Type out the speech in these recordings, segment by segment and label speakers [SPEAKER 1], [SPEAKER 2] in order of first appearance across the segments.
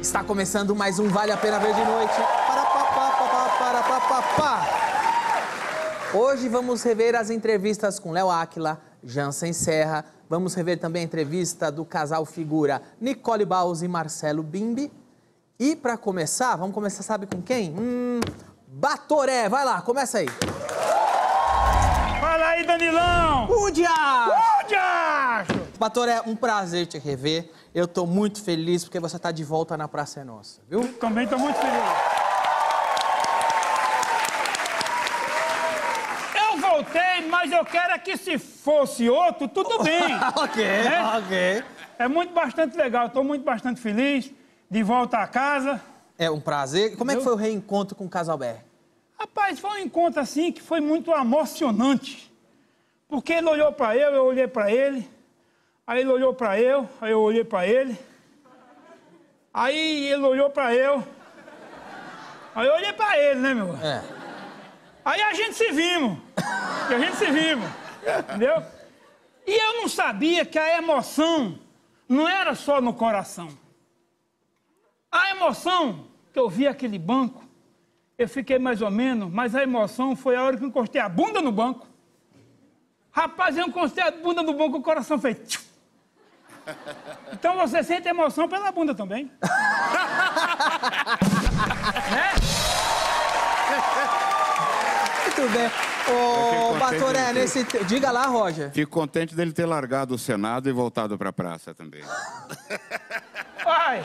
[SPEAKER 1] Está começando mais um Vale a Pena Ver de Noite. Para, pá, pá, pá, pá, para, pá, pá, pá. Hoje vamos rever as entrevistas com Léo Áquila, Jansen Serra. Vamos rever também a entrevista do casal figura Nicole Baus e Marcelo Bimbi. E para começar, vamos começar, sabe com quem? Hum, Batoré, vai lá, começa aí.
[SPEAKER 2] Fala aí, Danilão!
[SPEAKER 1] O diabo!
[SPEAKER 2] Ô, Diacho!
[SPEAKER 1] Batoré, um prazer te rever. Eu tô muito feliz porque você tá de volta na Praça é Nossa, viu?
[SPEAKER 2] Também tô muito feliz. Eu voltei, mas eu quero é que se fosse outro, tudo bem.
[SPEAKER 1] ok,
[SPEAKER 2] É?
[SPEAKER 1] ok.
[SPEAKER 2] É muito bastante legal, tô muito bastante feliz. De volta a casa.
[SPEAKER 1] É um prazer. Como é que
[SPEAKER 2] Eu-
[SPEAKER 1] foi o reencontro com o Casalberg?
[SPEAKER 2] Rapaz, foi um encontro assim que foi muito emocionante. Porque ele olhou pra eu, eu olhei pra ele. Aí ele olhou pra eu, aí eu olhei pra ele. Aí ele olhou pra eu. Aí eu olhei pra ele, né, meu?
[SPEAKER 1] É.
[SPEAKER 2] Aí a gente se vimos. E a gente se vimos. Entendeu? E eu não sabia que a emoção não era só no coração. A emoção que eu vi aquele banco, eu fiquei mais ou menos, mas a emoção foi a hora que eu encostei a bunda no banco. Rapaz, eu encostei a bunda no banco, o coração fez. tchiu. Então você sente emoção pela bunda também.
[SPEAKER 1] Muito bem.
[SPEAKER 3] Eu
[SPEAKER 1] Ô,
[SPEAKER 3] fiquei contente
[SPEAKER 1] Batoré,
[SPEAKER 3] de ter-
[SPEAKER 1] nesse. te- Diga lá, Roger.
[SPEAKER 3] Fico contente dele ter largado o Senado e voltado para a praça também.
[SPEAKER 2] Pai,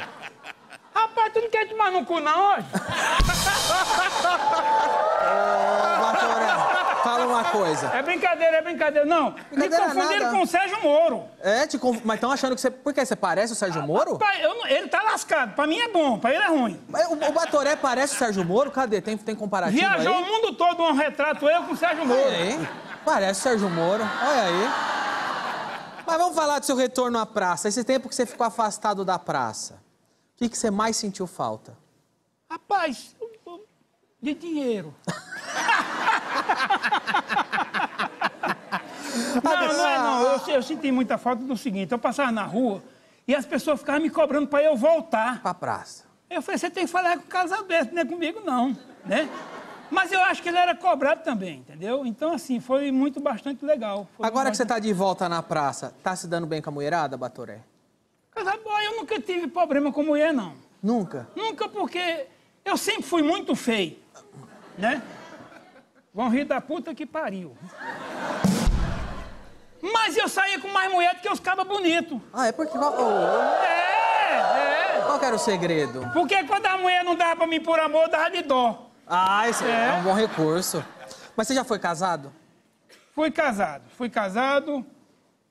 [SPEAKER 2] rapaz, tu não quer tomar no cu, não, hoje?
[SPEAKER 1] Ô, Batoré, fala uma coisa.
[SPEAKER 2] É brincadeira, é brincadeira. Não,
[SPEAKER 1] Brincadeira
[SPEAKER 2] me confundiram
[SPEAKER 1] nada.
[SPEAKER 2] com o Sérgio Moro.
[SPEAKER 1] É, te conf... mas estão achando que você. Por que você parece o Sérgio Moro?
[SPEAKER 2] Pai, eu não- ele tá lascado. Pra mim é bom, pra ele é ruim.
[SPEAKER 1] Mas O, o Batoré parece o Sérgio Moro? Cadê? Tem, tem comparativo
[SPEAKER 2] Viajou o
[SPEAKER 1] aí?
[SPEAKER 2] mundo todo um retrato eu com o Sérgio Moro.
[SPEAKER 1] Olha aí. Parece o Sérgio Moro. Olha aí. Mas vamos falar do seu retorno à praça. Esse tempo que você ficou afastado da praça. O que, que você mais sentiu falta?
[SPEAKER 2] Rapaz, eu tô de dinheiro. não, não é não. Eu, eu senti muita falta do seguinte, eu passava na rua e as pessoas ficavam me cobrando pra eu voltar.
[SPEAKER 1] Pra praça.
[SPEAKER 2] Eu falei, você tem que falar com o Carlos Alberto, não é comigo não, né? Mas eu acho que ele era cobrado também, entendeu? Então, assim, foi muito, bastante legal. Foi
[SPEAKER 1] Agora que você
[SPEAKER 2] bastante-
[SPEAKER 1] tá de volta na praça, tá se dando bem com a mulherada, Batoré?
[SPEAKER 2] Carlos Alberto, eu nunca tive problema com mulher, não.
[SPEAKER 1] Nunca?
[SPEAKER 2] Nunca porque eu sempre fui muito feio, né? Vão rir da puta que pariu. Mas eu saía com mais mulher do que os cabas bonitos.
[SPEAKER 1] Ah, é porque. Qual, ô, ô,
[SPEAKER 2] É, é.
[SPEAKER 1] qual que era o segredo?
[SPEAKER 2] Porque quando a mulher não dava pra mim por amor, dava de dó.
[SPEAKER 1] Ah, esse é.
[SPEAKER 2] É.
[SPEAKER 1] um bom recurso. Mas você já foi casado?
[SPEAKER 2] Fui casado, fui casado.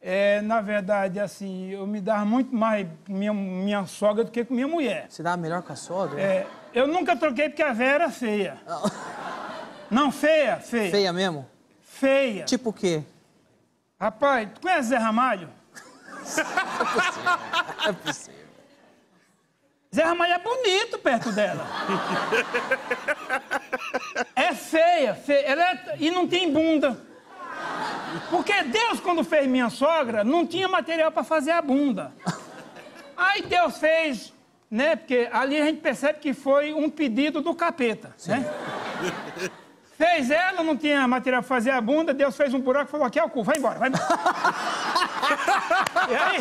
[SPEAKER 2] É, na verdade, assim, eu me dava muito mais com minha, minha sogra do que com minha mulher.
[SPEAKER 1] Você dá melhor com a sogra?
[SPEAKER 2] É, eu nunca troquei porque a Vera era feia. Não, feia, feia. Feia.
[SPEAKER 1] Feia mesmo? Tipo o quê?
[SPEAKER 2] Rapaz, tu conhece Zé Ramalho?
[SPEAKER 1] É possível.
[SPEAKER 2] Zé Ramalho é bonito perto dela. é feia, feia. Ela é- E não tem bunda. Porque Deus, quando fez minha sogra, não tinha material para fazer a bunda. Aí Deus fez, né? Porque ali a gente percebe que foi um pedido do capeta, né? Fez ela, não tinha material para fazer a bunda, Deus fez um buraco e falou: aqui é o cu, vai embora, vai embora. e aí?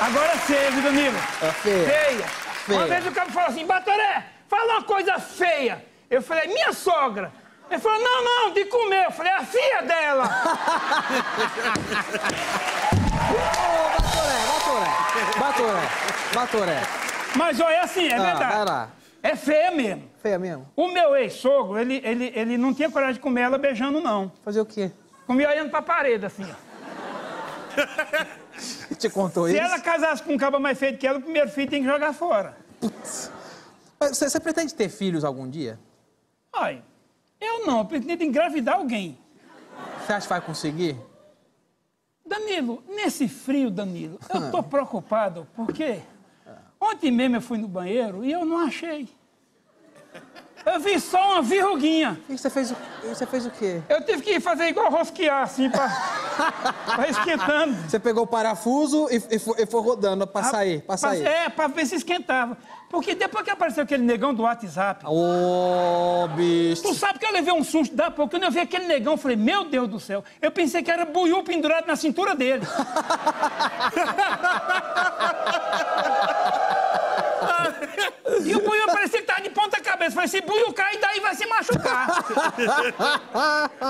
[SPEAKER 2] Agora seja, Danilo.
[SPEAKER 1] É feia.
[SPEAKER 2] Feia.
[SPEAKER 1] Feia.
[SPEAKER 2] Uma vez o cara falou assim, Batoré, fala uma coisa feia. Eu falei, minha sogra. Ele falou, não, não, de comer. Eu falei, "É a filha dela.
[SPEAKER 1] Ô, Batoré, Batoré. Batoré, Batoré.
[SPEAKER 2] Mas olha, é assim, é
[SPEAKER 1] Ah,
[SPEAKER 2] verdade.
[SPEAKER 1] vai lá.
[SPEAKER 2] É feia mesmo.
[SPEAKER 1] Feia mesmo?
[SPEAKER 2] O meu ex-sogro, ele, ele, ele não tinha coragem de comer ela beijando, não.
[SPEAKER 1] Fazer o quê?
[SPEAKER 2] Comia olhando pra parede, assim. ó.
[SPEAKER 1] Ele Te contou
[SPEAKER 2] Se
[SPEAKER 1] isso?
[SPEAKER 2] ela casasse com um cabo mais feio que ela, o primeiro filho tem que jogar fora.
[SPEAKER 1] Mas Você, você pretende ter filhos algum dia?
[SPEAKER 2] Olha, eu não, eu pretendo engravidar alguém.
[SPEAKER 1] Você acha que vai conseguir?
[SPEAKER 2] Danilo, nesse frio, Danilo, eu tô preocupado porque ontem mesmo eu fui no banheiro e eu não achei. Eu vi só uma verruguinha.
[SPEAKER 1] E você fez o, e você fez o quê?
[SPEAKER 2] Eu tive que fazer igual rosquear, assim, pra, pra esquentando.
[SPEAKER 1] Você pegou o parafuso e, e foi, e foi rodando pra sair, pra sair.
[SPEAKER 2] É, pra ver se esquentava. Porque depois que apareceu aquele negão do WhatsApp,
[SPEAKER 1] Ô, bicho.
[SPEAKER 2] tu sabe que eu levei um susto da pouco. Quando eu vi aquele negão, eu falei, meu Deus do céu. Eu pensei que era buiú pendurado na cintura dele. e o buiú parecia que tava de ponta cabeça. Eu Falei, se buiú cai, daí vai se machucar.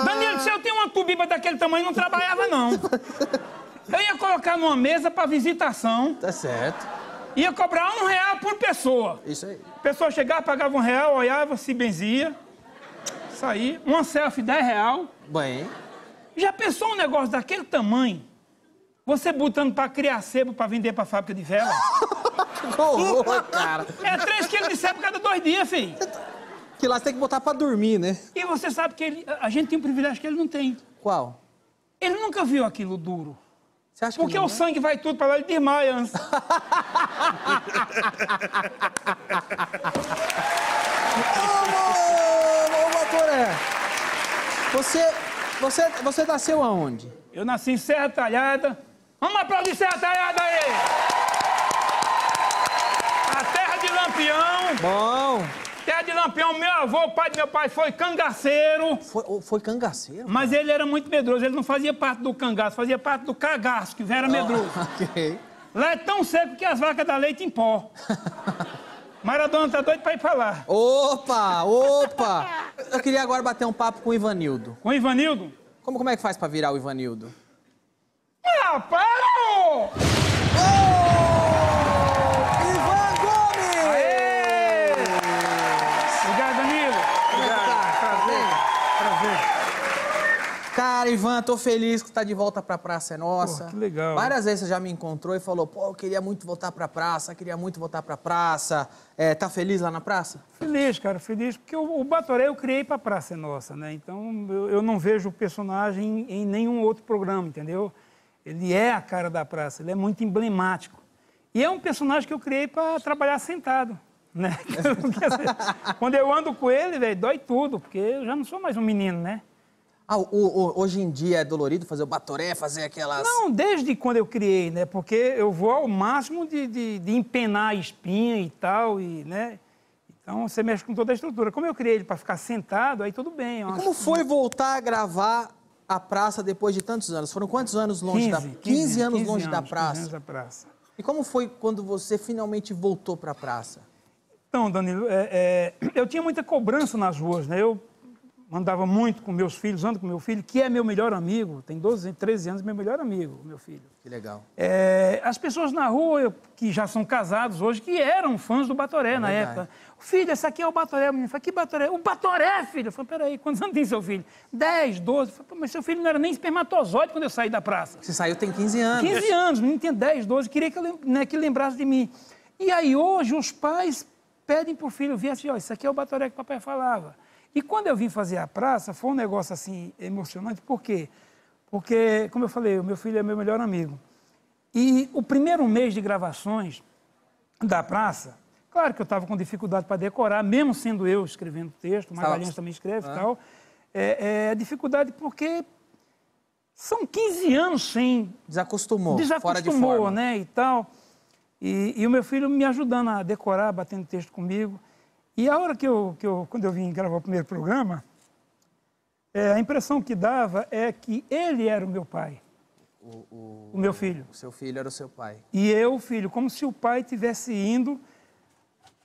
[SPEAKER 2] Danilo, se eu tenho uma tubiba daquele tamanho, não trabalhava, não. Eu ia colocar numa mesa pra visitação,
[SPEAKER 1] Tá certo.
[SPEAKER 2] ia cobrar um real por pessoa.
[SPEAKER 1] Isso aí.
[SPEAKER 2] A pessoa chegava, pagava um real, olhava, se benzia. Isso aí. Uma selfie, 10 real.
[SPEAKER 1] Bem,
[SPEAKER 2] Já pensou um negócio daquele tamanho? Você botando pra criar sebo pra vender pra fábrica de vela?
[SPEAKER 1] que horror, cara.
[SPEAKER 2] É 3 quilos de sebo cada dois dias, filho.
[SPEAKER 1] Que lá você tem que botar pra dormir, né?
[SPEAKER 2] E você sabe que ele- a gente tem um privilégio que ele não tem.
[SPEAKER 1] Qual?
[SPEAKER 2] Ele nunca viu aquilo duro.
[SPEAKER 1] Você acha
[SPEAKER 2] Porque
[SPEAKER 1] que não,
[SPEAKER 2] o
[SPEAKER 1] né?
[SPEAKER 2] sangue vai tudo pra lá, ele desmaia né? antes.
[SPEAKER 1] Ô, ô, ô, ô, Batoré. Você, você, você nasceu aonde?
[SPEAKER 2] Eu nasci em Serra Talhada. Vamos aplaudir Serra Talhada aí! A terra de Lampião,
[SPEAKER 1] Bom,
[SPEAKER 2] terra de Lampião, meu avô, o pai de meu pai foi cangaceiro,
[SPEAKER 1] foi, ô, foi cangaceiro?
[SPEAKER 2] mas ele era muito medroso, ele não fazia parte do cangaço, fazia parte do cagaço, que era medroso.
[SPEAKER 1] Ok.
[SPEAKER 2] Lá é tão seco que as vacas dão leite em pó. Maradona tá doido pra ir pra lá.
[SPEAKER 1] Opa, opa. Eu queria agora bater um papo com o Ivanildo.
[SPEAKER 2] Com o Ivanildo?
[SPEAKER 1] Como, como é que faz pra virar o Ivanildo?
[SPEAKER 2] Ah, para!
[SPEAKER 1] Ivan Gomes!
[SPEAKER 2] Aê! Obrigado, Danilo. Prazer.
[SPEAKER 1] Cara, Ivan, tô feliz que você tá de volta pra Praça é Nossa.
[SPEAKER 2] Pô, que legal.
[SPEAKER 1] Várias vezes você já me encontrou e falou, pô, eu queria muito voltar pra praça, queria muito voltar pra praça. É, tá feliz lá na praça?
[SPEAKER 2] Feliz, cara, feliz, porque o, o Batoré eu criei pra Praça é Nossa, né? Então eu, eu não vejo o personagem em nenhum outro programa, entendeu? Ele é a cara da praça, ele é muito emblemático. E é um personagem que eu criei pra trabalhar sentado, né? Quer dizer, Quando eu ando com ele, velho, dói tudo, porque eu já não sou mais um menino, né?
[SPEAKER 1] Ah, o- o- hoje em dia é dolorido fazer o batoré, fazer aquelas...
[SPEAKER 2] Não, desde quando eu criei, né? Porque eu vou ao máximo de, de, de empenar a espinha e tal, e, né? Então você mexe com toda a estrutura. Como eu criei ele para ficar sentado, aí tudo bem. Eu acho.
[SPEAKER 1] Como foi voltar a gravar a praça depois de tantos anos? Foram quantos anos longe da... 15, anos longe da
[SPEAKER 2] 15
[SPEAKER 1] praça.
[SPEAKER 2] anos da praça.
[SPEAKER 1] E como foi quando você finalmente voltou pra praça?
[SPEAKER 2] Então, Danilo, é, é, eu tinha muita cobrança nas ruas, né? Eu andava muito com meus filhos, ando com meu filho, que é meu melhor amigo, tem 12, 13 anos, meu melhor amigo, meu filho.
[SPEAKER 1] Que legal.
[SPEAKER 2] É, as pessoas na rua, eu- que já são casados hoje, que eram fãs do Batoré na
[SPEAKER 1] É verdade.
[SPEAKER 2] época. Filho, esse aqui é o Batoré. O menino fala, que Batoré? O Batoré, filho. Eu falei, peraí, quantos anos tem seu filho? 10, 12. Eu falei, "Pô, mas seu filho não era nem espermatozoide quando eu saí da praça.
[SPEAKER 1] Você saiu tem 15 anos.
[SPEAKER 2] 15 anos, o menino tinha 10, 12, queria que, eu lem- né, que lembrasse de mim. E aí hoje os pais pedem pro filho vir assim, ó, isso aqui é o Batoré que o papai falava. E quando eu vim fazer a praça, foi um negócio assim emocionante, por quê? Porque, como eu falei, o meu filho é meu melhor amigo. E o primeiro mês de gravações da praça, claro que eu estava com dificuldade para decorar, mesmo sendo eu escrevendo texto, Magalhães também escreve e tal. É, é dificuldade porque são 15 anos sem
[SPEAKER 1] Desacostumou, fora de
[SPEAKER 2] desacostumou,
[SPEAKER 1] forma.
[SPEAKER 2] né, e tal. E, e o meu filho me ajudando a decorar, batendo texto comigo. E a hora que eu, que eu quando eu vim gravar o primeiro programa, é, a impressão que dava é que ele era o meu pai,
[SPEAKER 1] O,
[SPEAKER 2] o meu filho.
[SPEAKER 1] o seu filho era o seu pai.
[SPEAKER 2] E eu, filho, como se o pai tivesse indo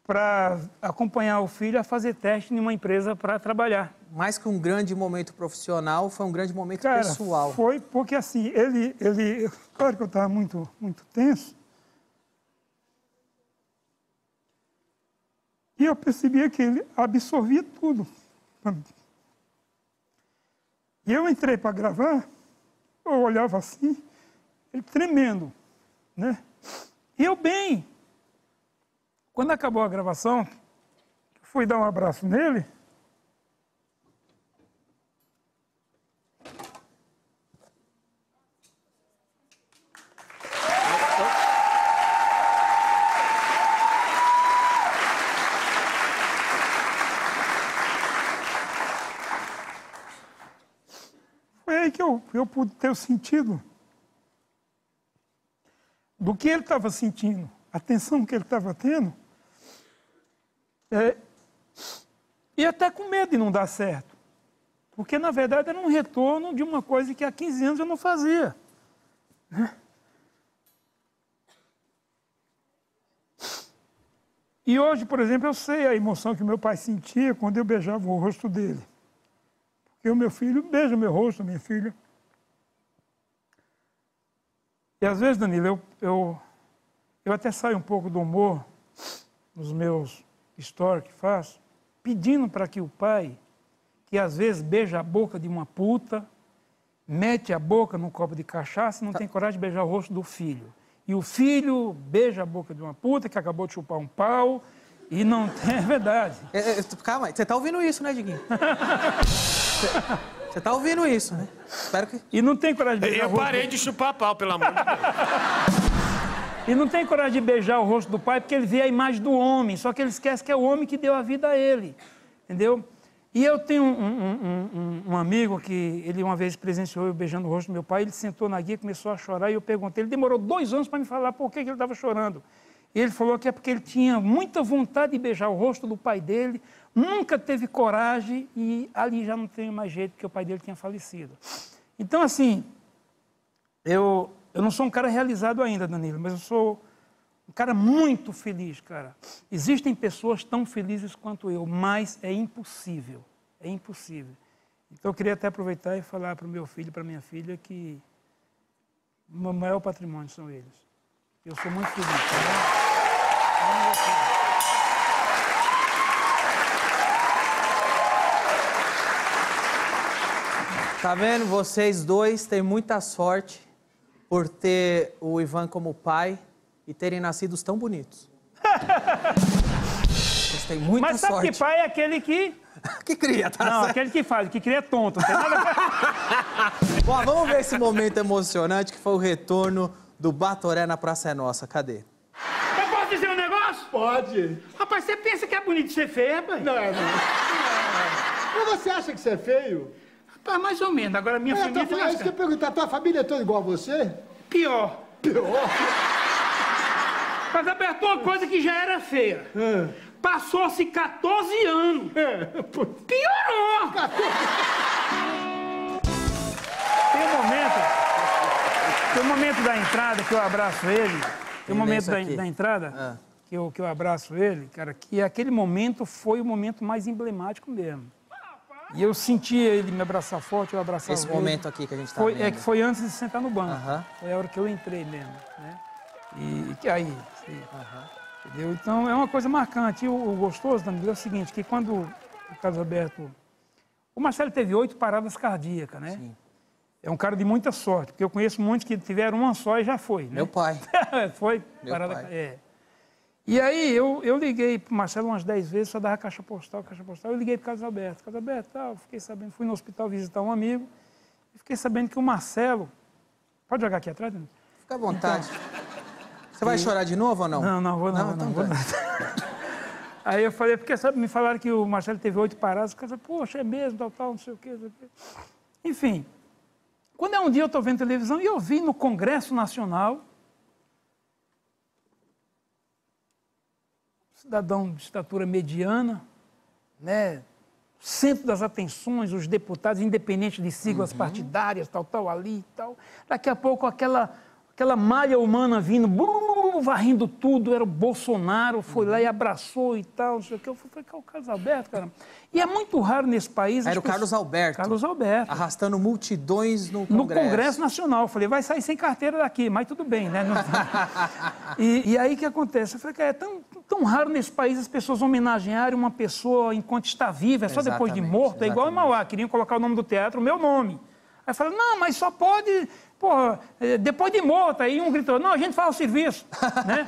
[SPEAKER 2] para acompanhar o filho a fazer teste em uma empresa para trabalhar.
[SPEAKER 1] Mais que um grande momento profissional, foi um grande momento
[SPEAKER 2] Cara,
[SPEAKER 1] pessoal.
[SPEAKER 2] foi porque assim, ele, ele, claro que eu estava muito, muito tenso. E eu percebia que ele absorvia tudo. pra mim. E eu entrei para gravar, eu olhava assim, ele tremendo, né? E eu bem. Quando acabou a gravação, fui dar um abraço nele. aí que eu, eu pude ter o sentido do que ele estava sentindo, a tensão que ele estava tendo. É, e até com medo de não dar certo. Porque, na verdade, era um retorno de uma coisa que há 15 anos eu não fazia. né? E hoje, por exemplo, eu sei a emoção que meu pai sentia quando eu beijava o rosto dele. Porque o meu filho beija o meu rosto, minha filha. E às vezes, Danilo, eu, eu, eu até saio um pouco do humor nos meus stories que faço, pedindo para que o pai, que às vezes beija a boca de uma puta, mete a boca num copo de cachaça e não tem coragem de beijar o rosto do filho. E o filho beija a boca de uma puta que acabou de chupar um pau e não tem. É verdade.
[SPEAKER 1] É, é, calma, você tá ouvindo isso, né, Diguinho? Você- Você tá ouvindo isso, né? Espero que.
[SPEAKER 2] E não tem coragem de beijar
[SPEAKER 4] Eu
[SPEAKER 2] o rosto
[SPEAKER 4] parei de chupar pau, pelo amor de Deus.
[SPEAKER 2] E não tem coragem de beijar o rosto do pai porque ele vê a imagem do homem, só que ele esquece que é o homem que deu a vida a ele, entendeu? E eu tenho um, um- um- um- um amigo que ele uma vez presenciou eu beijando o rosto do meu pai, ele sentou na guia, começou a chorar e eu perguntei, ele demorou dois anos para me falar por que, que ele estava chorando. E ele falou que é porque ele tinha muita vontade de beijar o rosto do pai dele, nunca teve coragem e ali já não tem mais jeito porque o pai dele tinha falecido. Então assim, eu, eu não sou um cara realizado ainda, Danilo, mas eu sou um cara muito feliz, cara. Existem pessoas tão felizes quanto eu, mas é impossível. É impossível. Então eu queria até aproveitar e falar para o meu filho, para minha filha, que o meu maior patrimônio são eles. Eu sou muito feliz. Tá
[SPEAKER 1] Tá vendo? Vocês dois têm muita sorte por ter o Ivan como pai e terem nascidos tão bonitos. Vocês têm
[SPEAKER 2] bom?
[SPEAKER 1] muita
[SPEAKER 2] mas sabe
[SPEAKER 1] sorte.
[SPEAKER 2] que pai é aquele que.
[SPEAKER 1] Que cria, tá?
[SPEAKER 2] Não,
[SPEAKER 1] certo?
[SPEAKER 2] aquele que faz, que cria tonto. não tem nada a ver.
[SPEAKER 1] Bom, vamos ver esse momento emocionante que foi o retorno do Batoré na Praça é Nossa. Cadê?
[SPEAKER 2] Eu posso dizer um negócio?
[SPEAKER 5] Pode.
[SPEAKER 2] Rapaz, você pensa que é bonito ser feio, é, pai?
[SPEAKER 5] Não, é não. Mas você acha que você é feio?
[SPEAKER 2] Rapaz, mais ou menos. Agora minha
[SPEAKER 5] É, a
[SPEAKER 2] família.
[SPEAKER 5] tua,
[SPEAKER 2] é
[SPEAKER 5] fa- é isso que eu ia perguntar. Tua família é toda igual a você?
[SPEAKER 2] Pior.
[SPEAKER 5] Pior.
[SPEAKER 2] Mas apertou uma coisa que já era feia. Passou-se 14 anos.
[SPEAKER 5] É, putz.
[SPEAKER 2] Piorou! Tem um momento. Tem um momento da entrada que eu abraço ele. Tem um
[SPEAKER 1] Ele
[SPEAKER 2] momento
[SPEAKER 1] isso
[SPEAKER 2] da,
[SPEAKER 1] aqui.
[SPEAKER 2] da entrada
[SPEAKER 1] Ah.
[SPEAKER 2] que, eu, que eu abraço ele, cara, que é aquele momento foi o momento mais emblemático mesmo. E eu sentia ele me abraçar forte, eu abraçava
[SPEAKER 1] Esse
[SPEAKER 2] ele.
[SPEAKER 1] momento aqui que a gente tá
[SPEAKER 2] Foi-
[SPEAKER 1] vendo.
[SPEAKER 2] é que foi antes de sentar no banco.
[SPEAKER 1] Aham.
[SPEAKER 2] Foi a hora que eu entrei mesmo, né? E que aí, que- entendeu? Então é uma coisa marcante. E o, o gostoso, Danilo, é o seguinte, que quando o Carlos Alberto... O Marcelo teve oito paradas cardíacas, né? É um cara de muita sorte, porque eu conheço muitos que tiveram uma só e já foi, né?
[SPEAKER 1] Meu pai.
[SPEAKER 2] foi
[SPEAKER 1] Meu
[SPEAKER 2] parada...
[SPEAKER 1] pai.
[SPEAKER 2] É. E aí eu, eu liguei pro Marcelo umas dez vezes, só dava caixa postal, caixa postal. Eu liguei pro Carlos Alberto. Carlos Alberto, tal, fiquei sabendo, fui no hospital visitar um amigo e fiquei sabendo que o Marcelo... Pode jogar aqui atrás, Danilo?
[SPEAKER 1] Fica à vontade. Você vai chorar de novo ou não?
[SPEAKER 2] Não, não, vou não, não,
[SPEAKER 1] então
[SPEAKER 2] vou
[SPEAKER 1] vai.
[SPEAKER 2] Aí eu falei, porque sabe, me falaram que o Marcelo teve oito paradas, o cara falou, poxa, é mesmo, tal, tal, não sei o quê. não sei o quê. Enfim, quando é um dia eu estou vendo televisão e eu vi no Congresso Nacional, cidadão de estatura mediana, né, centro das atenções, os deputados, independente de siglas
[SPEAKER 1] Uhum.
[SPEAKER 2] partidárias, tal, tal, ali e tal. Daqui a pouco aquela, aquela malha humana vindo, blu, blu, blu, varrendo tudo, era o Bolsonaro, foi
[SPEAKER 1] Uhum.
[SPEAKER 2] lá e abraçou e tal, não sei o quê. Eu falei, cara, o Carlos Alberto, cara. E é muito raro nesse país... as
[SPEAKER 1] Era o
[SPEAKER 2] pessoas-
[SPEAKER 1] Carlos Alberto.
[SPEAKER 2] Carlos Alberto.
[SPEAKER 1] Arrastando multidões no
[SPEAKER 2] No
[SPEAKER 1] Congresso.
[SPEAKER 2] Congresso Nacional. Eu falei, vai sair sem carteira daqui, mas tudo bem, né? Não- e, e aí o que acontece? Eu falei, cara, é tão, tão raro nesse país as pessoas homenagearem uma pessoa enquanto está viva, é só depois de
[SPEAKER 1] Exatamente,
[SPEAKER 2] morto. É igual em Mauá, queriam colocar o nome do teatro, o meu nome. Aí falaram, não, mas só pode, porra, eh, depois de morto. Aí um gritou, não, a gente faz o serviço, né?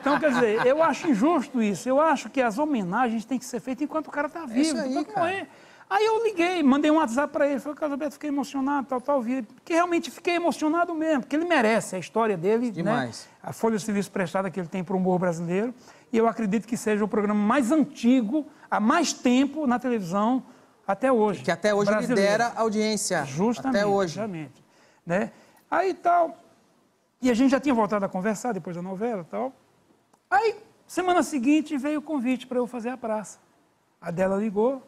[SPEAKER 2] Então, quer dizer, eu acho injusto isso. Eu acho que as homenagens têm que ser feitas enquanto o cara está vivo.
[SPEAKER 1] É isso aí,
[SPEAKER 2] enquanto
[SPEAKER 1] cara.
[SPEAKER 2] morrer. Aí eu liguei, mandei um WhatsApp para ele, falei, Carlos Alberto, fiquei emocionado, tal, tal, vi. Porque realmente fiquei emocionado mesmo, porque ele merece a história dele,
[SPEAKER 1] Demais.
[SPEAKER 2] né? A folha de serviço prestada que ele tem para o humor brasileiro. E eu acredito que seja o programa mais antigo, há mais tempo na televisão, Até hoje.
[SPEAKER 1] Que até hoje
[SPEAKER 2] Brasileiro.
[SPEAKER 1] lidera a audiência.
[SPEAKER 2] Justamente.
[SPEAKER 1] Até hoje.
[SPEAKER 2] Justamente, né? Aí tal. E a gente já tinha voltado a conversar depois da novela tal. Aí, semana seguinte, veio o convite para eu fazer a praça. A dela ligou.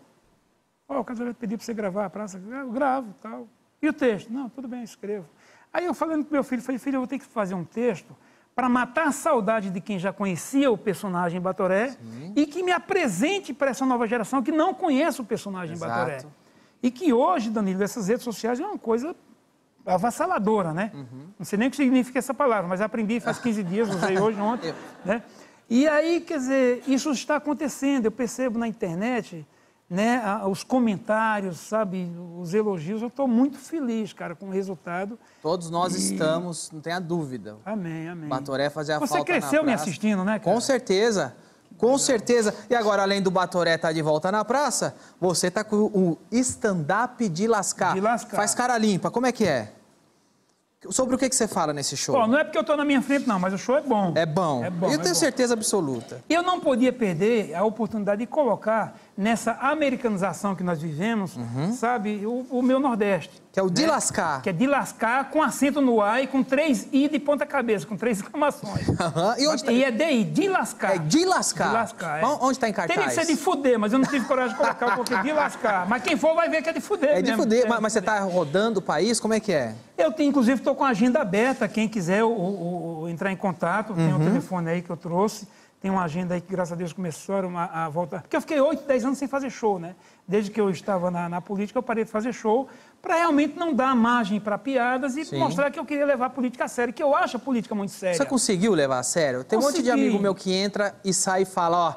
[SPEAKER 2] Ó, o Casalete pediu para você gravar a praça. Eu gravo tal. E o texto? Não, tudo bem, eu escrevo. Aí eu falando com meu filho, falei, filho, eu vou ter que fazer um texto para matar a saudade de quem já conhecia o personagem Batoré e que me apresente para essa nova geração que não conhece o personagem
[SPEAKER 1] Exato.
[SPEAKER 2] Batoré. E que hoje, Danilo, essas redes sociais é uma coisa avassaladora, né?
[SPEAKER 1] Uhum.
[SPEAKER 2] Não sei nem o que significa essa palavra, mas aprendi faz 15 dias, usei hoje, ontem,
[SPEAKER 1] Ah. Eu.
[SPEAKER 2] né? E aí, quer dizer, isso está acontecendo, eu percebo na internet, né, a- os comentários, sabe, os elogios, eu estou muito feliz, cara, com o resultado.
[SPEAKER 1] Todos nós estamos, não tenha dúvida.
[SPEAKER 2] Amém, amém.
[SPEAKER 1] Batoré fazia
[SPEAKER 2] Você
[SPEAKER 1] falta na
[SPEAKER 2] cresceu me
[SPEAKER 1] praça.
[SPEAKER 2] assistindo, né, cara?
[SPEAKER 1] Com certeza. Com certeza. E agora, além do Batoré estar de volta na praça, você tá com o stand-up de lascar.
[SPEAKER 2] De lascar.
[SPEAKER 1] Faz cara limpa. Como é que é? Sobre o que, que você fala nesse show?
[SPEAKER 2] Bom, não é porque eu estou na minha frente, não, mas o show é bom.
[SPEAKER 1] É bom.
[SPEAKER 2] É bom.
[SPEAKER 1] Eu
[SPEAKER 2] é
[SPEAKER 1] tenho
[SPEAKER 2] bom.
[SPEAKER 1] certeza absoluta.
[SPEAKER 2] Eu não podia perder a oportunidade de colocar nessa americanização que nós vivemos,
[SPEAKER 1] Uhum.
[SPEAKER 2] sabe, o, o meu Nordeste.
[SPEAKER 1] Que é o de lascar.
[SPEAKER 2] Que é de lascar com acento no A e com três I de ponta cabeça, com três exclamações.
[SPEAKER 1] Aham. E onde tá?
[SPEAKER 2] E é DI, de lascar.
[SPEAKER 1] É de lascar.
[SPEAKER 2] De lascar, é.
[SPEAKER 1] Mas Onde está em cartaz?
[SPEAKER 2] Teria que ser de fuder, mas eu não tive coragem de colocar, porque de lascar. Mas quem for vai ver que é de fuder
[SPEAKER 1] É de
[SPEAKER 2] mesmo.
[SPEAKER 1] fuder,
[SPEAKER 2] É.
[SPEAKER 1] mas, mas você tá rodando o país? Como é que é?
[SPEAKER 2] Eu tenho, inclusive, estou com a agenda aberta. Quem quiser o- o- o- entrar em contato, tem o telefone aí que eu trouxe. Tem uma agenda aí que, graças a Deus, começaram a, a voltar. Porque eu fiquei 8, 10 anos sem fazer show, né? Desde que eu estava na, na política, eu parei de fazer show para realmente não dar margem para piadas e mostrar que eu queria levar a política a sério, que eu acho a política muito séria.
[SPEAKER 1] Você conseguiu levar a sério? Tem um monte de
[SPEAKER 2] Consegui.
[SPEAKER 1] amigo meu que entra e sai e fala, ó,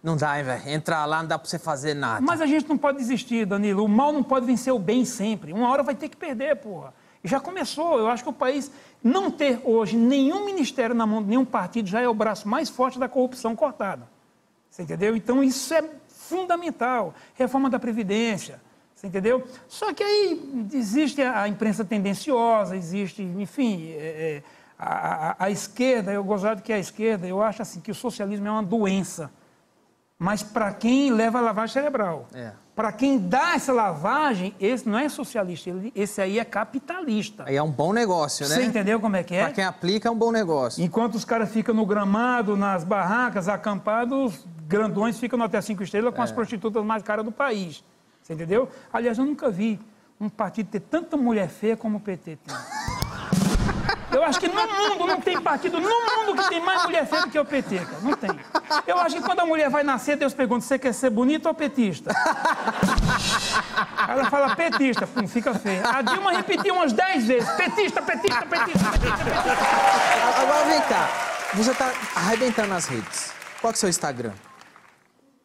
[SPEAKER 1] não dá, hein, velho. Entrar lá não dá pra você fazer nada.
[SPEAKER 2] Mas a gente não pode desistir, Danilo. O mal não pode vencer o bem sempre. Uma hora vai ter que perder, porra. E Já começou. Eu acho que o país não ter hoje nenhum ministério na mão de nenhum partido já é o braço mais forte da corrupção cortada. Você entendeu? Então isso é fundamental. Reforma da Previdência. Você entendeu? Só que aí existe a a imprensa tendenciosa, existe, enfim, é, é, a, a- a esquerda, eu gozado que é a esquerda, eu acho assim que o socialismo é uma doença mas para quem leva a lavagem cerebral.
[SPEAKER 1] É.
[SPEAKER 2] Para quem dá essa lavagem, esse não é socialista, ele- esse aí é capitalista.
[SPEAKER 1] Aí é um bom negócio, né?
[SPEAKER 2] Você entendeu como é que
[SPEAKER 1] Pra
[SPEAKER 2] é?
[SPEAKER 1] quem aplica é um bom negócio.
[SPEAKER 2] Enquanto os caras ficam no gramado, nas barracas, acampados, os grandões ficam no Hotel Cinco Estrelas com as prostitutas mais caras do país. Você entendeu? Aliás, eu nunca vi um partido ter tanta mulher feia como o PT tem. Eu acho que no mundo não tem partido, no mundo que tem mais mulher feia do que o PT, cara. Não tem. Eu acho que quando a mulher vai nascer, Deus pergunta: você quer ser bonita ou petista? Ela fala petista, pum, fica feia. A Dilma repetiu umas 10 vezes: petista, petista, petista, petista, petista.
[SPEAKER 1] Agora vem cá. Você tá arrebentando nas redes. Qual que é o seu Instagram?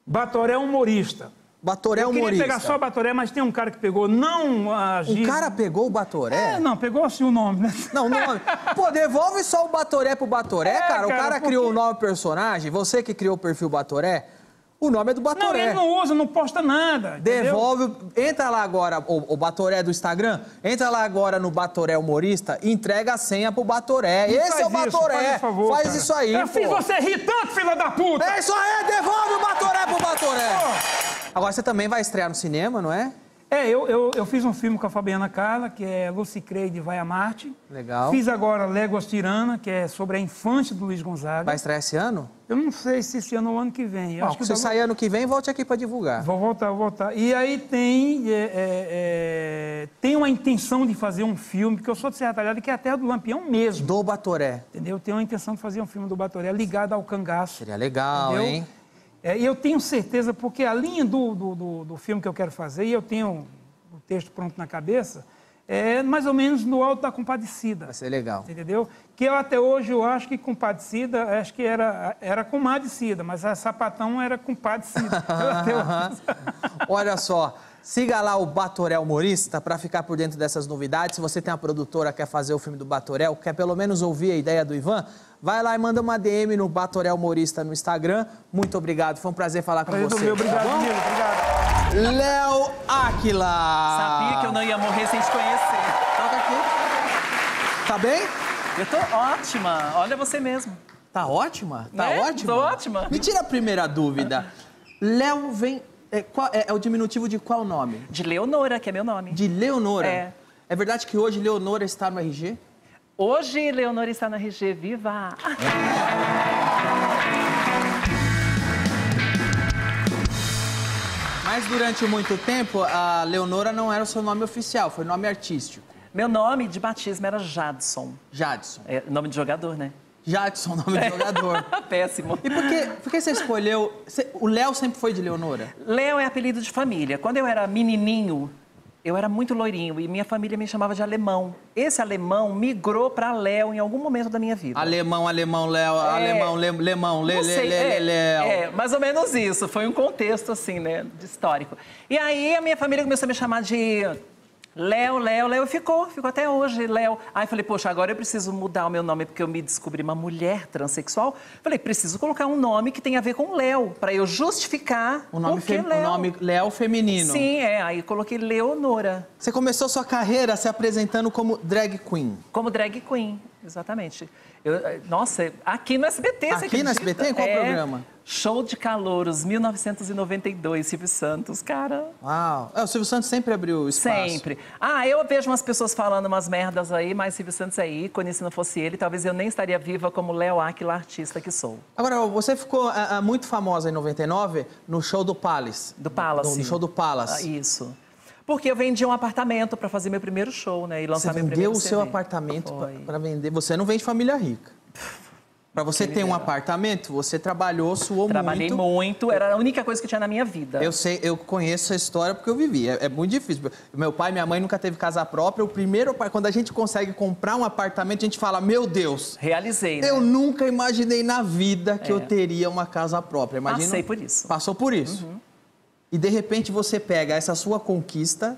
[SPEAKER 2] Batoré é humorista.
[SPEAKER 1] Batoré
[SPEAKER 2] Eu queria
[SPEAKER 1] humorista.
[SPEAKER 2] pegar só Batoré, mas tem um cara que pegou, não a
[SPEAKER 1] O
[SPEAKER 2] Giz...
[SPEAKER 1] cara pegou o Batoré?
[SPEAKER 2] É, não, pegou assim o nome, né?
[SPEAKER 1] Não, o nome. Pô, devolve só o Batoré pro Batoré,
[SPEAKER 2] É,
[SPEAKER 1] cara. O
[SPEAKER 2] cara,
[SPEAKER 1] cara
[SPEAKER 2] porque-
[SPEAKER 1] criou o nome do personagem, você que criou o perfil Batoré, o nome é do
[SPEAKER 2] Não,
[SPEAKER 1] Batoré.
[SPEAKER 2] ele não usa, não posta nada. entendeu?
[SPEAKER 1] Devolve. o- Entra lá agora, o, o Batoré do Instagram, entra lá agora no Batoré Humorista e entrega a senha pro Batoré.
[SPEAKER 2] Não
[SPEAKER 1] Esse é o
[SPEAKER 2] faz isso,
[SPEAKER 1] Batoré.
[SPEAKER 2] faz,
[SPEAKER 1] Faz,
[SPEAKER 2] por favor, cara.
[SPEAKER 1] isso aí,
[SPEAKER 2] Eu fiz
[SPEAKER 1] pô.
[SPEAKER 2] você rir tanto, filha da puta!
[SPEAKER 1] É isso aí, devolve o Batoré pro Batoré. Agora você também vai estrear no cinema, não é?
[SPEAKER 2] É, eu, eu, eu fiz um filme com a Fabiana Carla, que é Lucy Creide Vai a Marte.
[SPEAKER 1] Legal.
[SPEAKER 2] Fiz agora Léguas Tirana, que é sobre a infância do Luiz Gonzaga.
[SPEAKER 1] Vai estrear esse ano?
[SPEAKER 2] Eu não sei se esse ano ou ano que vem. Eu
[SPEAKER 1] Bom,
[SPEAKER 2] acho que
[SPEAKER 1] se
[SPEAKER 2] eu tava-
[SPEAKER 1] sair ano que vem, volte aqui pra divulgar.
[SPEAKER 2] Vou voltar, vou voltar. E aí tem, é, é, é, tem uma intenção de fazer um filme, porque eu sou de Serra Talhada, que é a terra do Lampião mesmo,
[SPEAKER 1] Do Batoré.
[SPEAKER 2] entendeu? Tenho a intenção de fazer um filme do Batoré ligado ao cangaço.
[SPEAKER 1] Seria legal,
[SPEAKER 2] Entendeu?
[SPEAKER 1] hein?
[SPEAKER 2] É, e eu tenho certeza, porque a linha do, do, do, do filme que eu quero fazer, e eu tenho o texto pronto na cabeça, é mais ou menos no Alto da Compadecida.
[SPEAKER 1] Vai ser legal.
[SPEAKER 2] Entendeu? Que eu até hoje eu acho que compadecida, acho que era, era comadecida, mas a sapatão era compadecida. Eu até hoje-
[SPEAKER 1] Olha só, siga lá o Batorel Humorista para ficar por dentro dessas novidades. Se você tem uma produtora, quer fazer o filme do Batorel, quer pelo menos ouvir a ideia do Ivan, vai lá e manda uma DM no Batorel Humorista no Instagram. Muito obrigado, foi um prazer falar com
[SPEAKER 2] Prazer do
[SPEAKER 1] você. tá
[SPEAKER 2] meu, obrigado, Nilo, obrigado.
[SPEAKER 1] Léo Áquila.
[SPEAKER 6] Sabia que eu não ia morrer sem te conhecer.
[SPEAKER 1] Toca aqui. Tá bem?
[SPEAKER 6] Eu tô ótima. Olha você mesmo.
[SPEAKER 1] Tá ótima? Tá
[SPEAKER 6] Né?
[SPEAKER 1] ótima?
[SPEAKER 6] Tô ótima.
[SPEAKER 1] Me tira a primeira dúvida. Léo vem É, qual- é- é o diminutivo de qual nome?
[SPEAKER 6] De Leonora, que é meu nome.
[SPEAKER 1] De Leonora.
[SPEAKER 6] É.
[SPEAKER 1] É verdade que hoje Leonora está no RG?
[SPEAKER 6] Hoje, Leonora está na RG Viva.
[SPEAKER 1] Mas durante muito tempo, a Leonora não era o seu nome oficial, foi nome artístico.
[SPEAKER 6] Meu nome de batismo era Jadson.
[SPEAKER 1] Jadson.
[SPEAKER 6] É nome de jogador, né?
[SPEAKER 1] Jadson, nome de jogador.
[SPEAKER 6] Péssimo.
[SPEAKER 1] E por que, por que você escolheu. você- o Léo sempre foi de Leonora?
[SPEAKER 6] Léo é apelido de família. Quando eu era menininho, eu era muito loirinho e minha família me chamava de alemão. Esse alemão migrou para Léo em algum momento da minha vida.
[SPEAKER 1] Alemão, alemão, Léo, alemão, le- lemão, lê,
[SPEAKER 6] É. Não
[SPEAKER 1] lê,
[SPEAKER 6] sei,
[SPEAKER 1] lê, lê,
[SPEAKER 6] é,
[SPEAKER 1] Léo.
[SPEAKER 6] é, mais ou menos isso. Foi um contexto, assim, né, de histórico. E aí a minha família começou a me chamar de Léo, Léo, Léo. E Ficou, ficou até hoje, Léo. Aí falei, poxa, agora eu preciso mudar o meu nome porque eu me descobri uma mulher transexual. Falei, preciso colocar um nome que tenha a ver com Léo, para eu justificar
[SPEAKER 1] O nome,
[SPEAKER 6] por que
[SPEAKER 1] fem-
[SPEAKER 6] Léo.
[SPEAKER 1] o nome Léo feminino.
[SPEAKER 6] Sim, é. Aí coloquei Leonora
[SPEAKER 1] Você começou sua carreira se apresentando como drag queen.
[SPEAKER 6] como drag queen, exatamente. Eu, eh, nossa, aqui no SBT, você
[SPEAKER 1] Aqui no
[SPEAKER 6] acredita?
[SPEAKER 1] SBT? Qual
[SPEAKER 6] É,
[SPEAKER 1] programa?
[SPEAKER 6] Show de Calouros, 1992, Silvio Santos, cara,
[SPEAKER 1] Uau. É, o Silvio Santos sempre abriu espaço.
[SPEAKER 6] sempre. Ah, eu vejo umas pessoas falando umas merdas aí, mas Silvio Santos é ícone, se não fosse ele, talvez eu nem estaria viva como Léo Aquila, artista que sou.
[SPEAKER 1] Agora, você ficou ah, ah, muito famosa em 99 no show do Palace.
[SPEAKER 6] Do Palace.
[SPEAKER 1] No, no show do
[SPEAKER 6] Ah,
[SPEAKER 1] Palace.
[SPEAKER 6] isso. Porque eu vendi um apartamento para fazer meu primeiro show, né, e
[SPEAKER 1] você
[SPEAKER 6] lançar meu
[SPEAKER 1] vendeu
[SPEAKER 6] primeiro
[SPEAKER 1] o seu
[SPEAKER 6] CD.
[SPEAKER 1] apartamento
[SPEAKER 6] Foi.
[SPEAKER 1] para vender. Você não vem de família rica. Para você ter um apartamento, você trabalhou, suou
[SPEAKER 6] Trabalhei muito. era a única coisa que tinha na minha vida.
[SPEAKER 1] Eu sei, eu conheço essa história porque eu vivi. É, é muito difícil. Meu pai e minha mãe nunca teve casa própria. O primeiro, apar- quando a gente consegue comprar um apartamento, a gente fala: Meu Deus,
[SPEAKER 6] Realizei. né? É.
[SPEAKER 1] eu nunca imaginei na vida que eu teria uma casa própria. Imagina,
[SPEAKER 6] Passei por isso. Uhum.
[SPEAKER 1] Passou por isso. E de repente você pega essa sua conquista.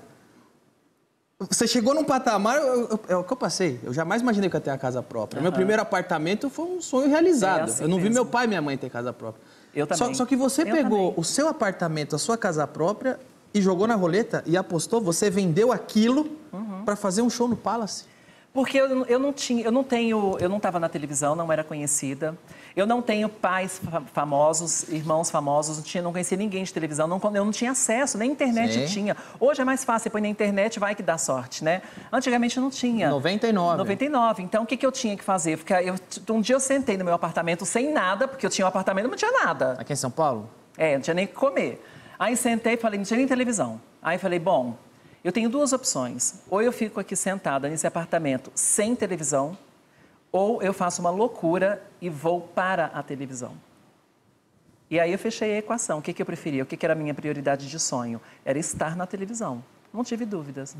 [SPEAKER 1] Você chegou num patamar, eu- eu- é o que eu passei. Eu jamais imaginei que eu ia ter uma casa própria. Meu primeiro apartamento foi um sonho realizado.
[SPEAKER 6] É assim
[SPEAKER 1] eu não vi
[SPEAKER 6] mesmo.
[SPEAKER 1] meu pai e minha mãe ter casa própria.
[SPEAKER 6] Eu
[SPEAKER 1] Só- Só,
[SPEAKER 6] também.
[SPEAKER 1] que você
[SPEAKER 6] Eu
[SPEAKER 1] pegou
[SPEAKER 6] também.
[SPEAKER 1] o seu apartamento, a sua casa própria e jogou na roleta e apostou, você vendeu aquilo
[SPEAKER 6] Uhum.
[SPEAKER 1] pra para fazer um show no Palace.
[SPEAKER 6] Porque eu, eu não tinha, eu não tenho, eu não estava na televisão, não era conhecida. Eu não tenho pais fa- famosos, irmãos famosos, não, tinha, não conhecia ninguém de televisão, não, con- eu não tinha acesso, nem internet
[SPEAKER 1] Sim.
[SPEAKER 6] tinha. Hoje é mais fácil, você põe na internet, vai que dá sorte, né? Antigamente não tinha.
[SPEAKER 1] 99.
[SPEAKER 6] 99. Então o que, que eu tinha que fazer? Porque eu, um dia eu sentei no meu apartamento sem nada, porque eu tinha um apartamento, não tinha nada.
[SPEAKER 1] Aqui em São Paulo?
[SPEAKER 6] É, não tinha nem o que comer. Aí sentei e falei, não tinha nem televisão. Aí falei, bom, eu tenho duas opções. Ou eu fico aqui sentada nesse apartamento sem televisão, ou eu faço uma loucura e vou para a televisão. E aí eu fechei a equação. O que, que eu preferia? O que, que era a minha prioridade de sonho? Era estar na televisão. Não tive dúvidas.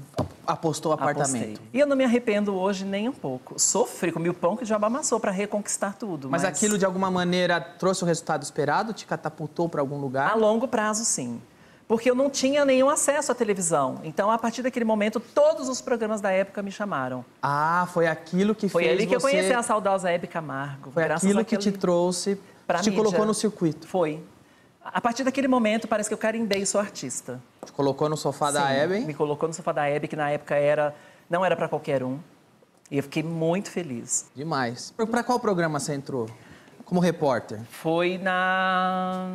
[SPEAKER 1] Apostou o apartamento.
[SPEAKER 6] Apostei. E eu não me arrependo hoje nem um pouco. Sofri, comi o pão que o diabo amassou para reconquistar tudo.
[SPEAKER 1] Mas, aquilo, de alguma maneira, trouxe o resultado esperado? Te catapultou para algum lugar?
[SPEAKER 6] A longo prazo, sim. Porque eu não tinha nenhum acesso à televisão. Então, a partir daquele momento, todos os programas da época me chamaram.
[SPEAKER 1] Ah, foi aquilo que
[SPEAKER 6] Foi
[SPEAKER 1] fez
[SPEAKER 6] ali que eu
[SPEAKER 1] você-
[SPEAKER 6] conheci a saudosa Hebe Camargo.
[SPEAKER 1] Foi
[SPEAKER 6] graças
[SPEAKER 1] aquilo que
[SPEAKER 6] àquele-
[SPEAKER 1] te trouxe,
[SPEAKER 6] pra
[SPEAKER 1] que te
[SPEAKER 6] mídia.
[SPEAKER 1] colocou no circuito.
[SPEAKER 6] Foi. A partir daquele momento, parece que eu carimbei sou artista.
[SPEAKER 1] Te colocou no sofá da
[SPEAKER 6] Sim, Me
[SPEAKER 1] Eben.
[SPEAKER 6] colocou no sofá da Hebe, que na época era não era para qualquer um. E eu fiquei muito feliz.
[SPEAKER 1] Demais. Para qual programa você entrou? Como repórter?
[SPEAKER 6] Foi na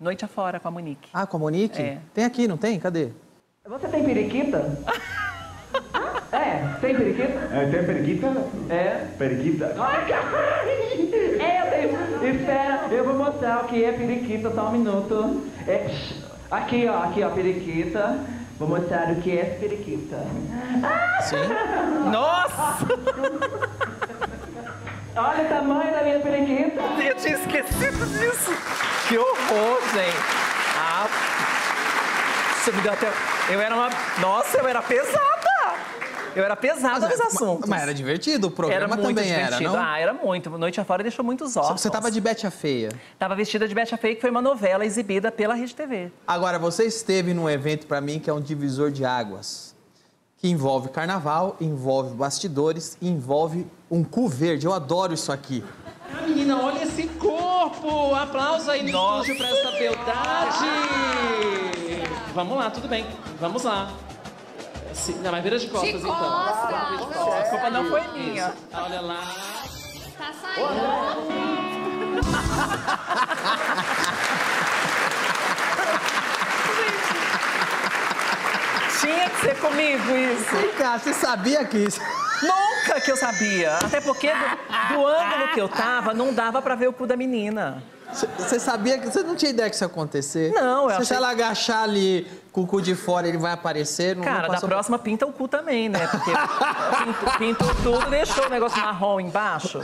[SPEAKER 6] Noite Afora, com a Monique.
[SPEAKER 1] Ah, com a Monique?
[SPEAKER 6] É.
[SPEAKER 1] Tem aqui, não tem? Cadê?
[SPEAKER 7] Você tem periquita? é, tem periquita?
[SPEAKER 8] É, tem periquita?
[SPEAKER 7] É.
[SPEAKER 8] Periquita?
[SPEAKER 7] Ai, caralho! É, eu tenho. Espera, eu vou mostrar o que é periquita, só um minuto. É, shh. aqui, ó, aqui, ó, periquita. Vou mostrar o que é periquita.
[SPEAKER 1] Sim.
[SPEAKER 6] Nossa!
[SPEAKER 7] Olha o tamanho da minha periquita.
[SPEAKER 6] Eu tinha esquecido disso. Que horror, gente. Ah, isso me deu até... Eu era uma... Nossa, eu era pesada. Eu era pesada nos assuntos.
[SPEAKER 1] Mas era divertido, o programa
[SPEAKER 6] Era muito
[SPEAKER 1] também
[SPEAKER 6] divertido.
[SPEAKER 1] era, não?
[SPEAKER 6] Ah, era muito. Noite afora deixou muitos
[SPEAKER 1] Só
[SPEAKER 6] órfãos.
[SPEAKER 1] que você tava de Bete a Feia.
[SPEAKER 6] Tava vestida de Betty Fake, que foi uma novela exibida pela Rede TV.
[SPEAKER 1] Agora, você esteve num evento pra mim que é um divisor de águas. Que envolve carnaval, envolve bastidores, e envolve um cu verde. Eu adoro isso aqui.
[SPEAKER 9] Menina, olha esse corpo! Aplausos aí no estúdio pra essa beldade! Vamos lá, tudo bem. Vamos lá. Se, não, mas vira de costas,
[SPEAKER 10] De
[SPEAKER 9] então.
[SPEAKER 10] costas.
[SPEAKER 6] A culpa não foi minha.
[SPEAKER 9] Olha lá.
[SPEAKER 10] Tá saindo.
[SPEAKER 6] Tinha que ser comigo isso.
[SPEAKER 1] Vem cá, você sabia que isso...
[SPEAKER 6] Nunca que eu sabia. Até porque do, do ângulo que eu tava, não dava pra ver o cu da menina.
[SPEAKER 1] Você- Você sabia que... Você não tinha ideia que isso ia acontecer?
[SPEAKER 6] Não, eu
[SPEAKER 1] se, se
[SPEAKER 6] achei-
[SPEAKER 1] ela agachar ali com o cu de fora, ele vai aparecer? Não, não
[SPEAKER 6] Cara, da
[SPEAKER 1] passou-
[SPEAKER 6] próxima pinta o cu também, né? Porque pinto- pintou tudo, deixou o negócio marrom embaixo.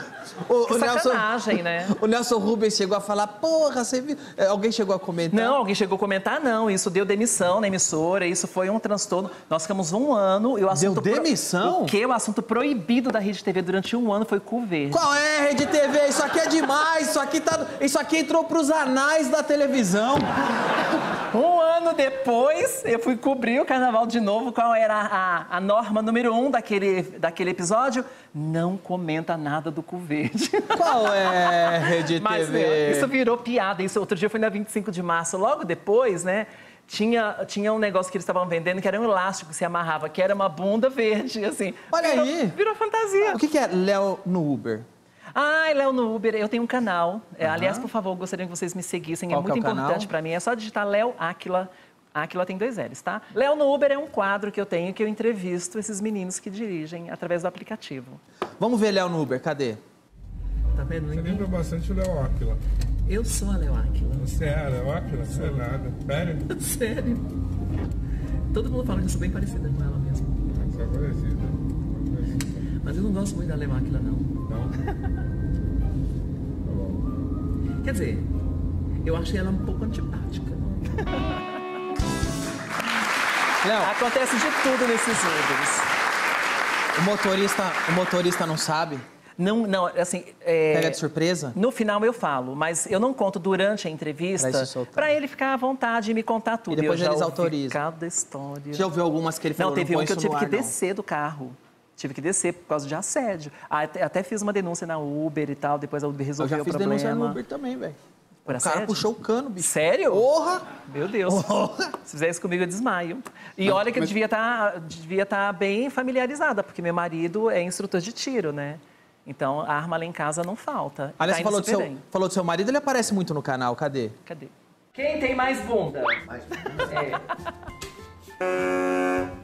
[SPEAKER 1] O,
[SPEAKER 6] Que sacanagem, né?
[SPEAKER 1] O Nelson Rubens chegou a falar, porra, você viu... É, Alguém chegou a comentar?
[SPEAKER 6] Não, alguém chegou a comentar, não. Isso deu demissão na emissora, isso foi um transtorno. Nós ficamos um ano e o assunto. pro-
[SPEAKER 1] demissão?
[SPEAKER 6] O quê? O assunto proibido da Rede TV durante um ano foi cu verde.
[SPEAKER 1] Qual é, Rede TV? Isso aqui é demais, isso aqui, tá... isso aqui entrou pros anais da televisão.
[SPEAKER 6] Um ano depois, eu fui cobrir o carnaval de novo. Qual era a, a norma número um daquele, daquele episódio? Não comenta nada do cu verde.
[SPEAKER 1] Qual é, Rede
[SPEAKER 6] Mas
[SPEAKER 1] TV?
[SPEAKER 6] né, isso virou piada. Isso outro dia foi na 25 de março, logo depois, né? Tinha, tinha um negócio que eles estavam vendendo que era um elástico que se amarrava, que era uma bunda verde, assim.
[SPEAKER 1] Olha
[SPEAKER 6] virou,
[SPEAKER 1] aí.
[SPEAKER 6] Virou fantasia.
[SPEAKER 1] O que, que é Léo no Uber?
[SPEAKER 6] Ai, Léo no Uber, eu tenho um canal. É, aliás, por favor, gostaria que vocês me seguissem.
[SPEAKER 1] Qual
[SPEAKER 6] é
[SPEAKER 1] que
[SPEAKER 6] muito
[SPEAKER 1] é o canal?
[SPEAKER 6] importante pra mim. É só digitar Léo Áquila. Áquila tem dois L's, tá? Léo no Uber é um quadro que eu tenho que eu entrevisto esses meninos que dirigem através do aplicativo.
[SPEAKER 1] Vamos ver Léo no Uber, cadê?
[SPEAKER 6] Tá vendo?
[SPEAKER 8] Lembra bastante o Léo Aquila.
[SPEAKER 6] Eu sou a Léo Áquila.
[SPEAKER 8] Você é Léo Aquila? Você é nada. Sério?
[SPEAKER 6] Sério? Todo mundo fala que eu sou bem parecida com ela mesmo.
[SPEAKER 8] Só parecido.
[SPEAKER 6] Mas eu não gosto muito da Lemáquila, não.
[SPEAKER 8] Não? Tá
[SPEAKER 6] Quer dizer, eu achei ela um pouco antipática.
[SPEAKER 1] Léo,
[SPEAKER 6] Acontece de tudo nesses ídolos. Ah.
[SPEAKER 1] o motorista, o motorista não sabe?
[SPEAKER 6] Não, não, assim. é,
[SPEAKER 1] Pega de surpresa?
[SPEAKER 6] No final eu falo, mas eu não conto durante a entrevista
[SPEAKER 1] Pra ele se soltar.
[SPEAKER 6] pra ele ficar à vontade e me contar tudo.
[SPEAKER 1] E depois
[SPEAKER 6] eu já
[SPEAKER 1] eles
[SPEAKER 6] ouvi
[SPEAKER 1] autorizam.
[SPEAKER 6] Cada história.
[SPEAKER 1] Já ouviu algumas que ele falou,
[SPEAKER 6] Não,
[SPEAKER 1] não,
[SPEAKER 6] teve
[SPEAKER 1] põe
[SPEAKER 6] um que eu
[SPEAKER 1] isso
[SPEAKER 6] tive
[SPEAKER 1] no
[SPEAKER 6] que
[SPEAKER 1] ar, não.
[SPEAKER 6] descer do carro. Tive que descer por causa de assédio. Ah, Até, até fiz uma denúncia na Uber e tal, depois a Uber
[SPEAKER 1] Eu
[SPEAKER 6] resolveu
[SPEAKER 1] já
[SPEAKER 6] o
[SPEAKER 1] fiz
[SPEAKER 6] problema.
[SPEAKER 1] denúncia no Uber também, velho.
[SPEAKER 6] Por
[SPEAKER 1] O cara
[SPEAKER 6] assédio?
[SPEAKER 1] puxou o cano, bicho.
[SPEAKER 6] Sério? Tá
[SPEAKER 1] Porra!
[SPEAKER 6] Meu Deus. Se fizer isso comigo, eu desmaio. E olha que eu devia estar devia tá bem familiarizada, porque meu marido é instrutor de tiro, né? Então, a arma lá em casa não falta.
[SPEAKER 1] Aliás, você
[SPEAKER 6] tá
[SPEAKER 1] falou,
[SPEAKER 6] indo
[SPEAKER 1] do
[SPEAKER 6] super
[SPEAKER 1] seu,
[SPEAKER 6] bem.
[SPEAKER 1] falou do seu marido, ele aparece muito no canal, cadê?
[SPEAKER 6] Cadê? Quem tem mais bunda? É.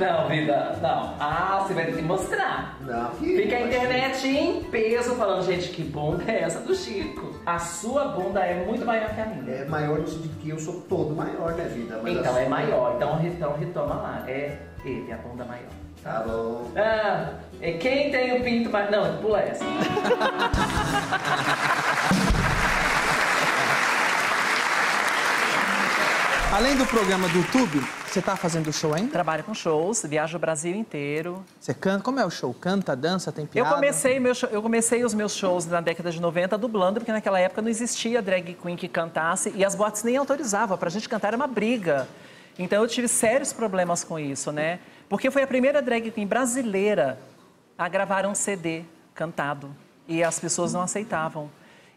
[SPEAKER 6] Não, vida, não. Ah, você vai ter que mostrar.
[SPEAKER 5] Não, filho,
[SPEAKER 6] Fica a internet em peso falando, gente, que bunda é essa do Chico? A sua bunda é muito maior que a minha.
[SPEAKER 5] É maior no sentido que eu sou todo maior, né, vida? Mas
[SPEAKER 6] Então
[SPEAKER 5] a
[SPEAKER 6] é
[SPEAKER 5] sua-
[SPEAKER 6] maior, então, re- então retoma lá. É ele, a bunda maior.
[SPEAKER 5] Tá bom.
[SPEAKER 6] Ah, é quem tem o pinto mais. Não, pula essa.
[SPEAKER 1] Além do programa do YouTube, você tá fazendo show ainda?
[SPEAKER 6] Trabalho com shows, viajo o Brasil inteiro.
[SPEAKER 1] Você canta? Como é o show? Canta, dança, tem piada?
[SPEAKER 6] Eu, comecei meu show- eu comecei os meus shows na década de 90 dublando, porque naquela época não existia drag queen que cantasse e as boates nem autorizavam. Pra gente cantar era uma briga. Então eu tive sérios problemas com isso, né? Porque foi a primeira drag queen brasileira a gravar um CD cantado e as pessoas não aceitavam.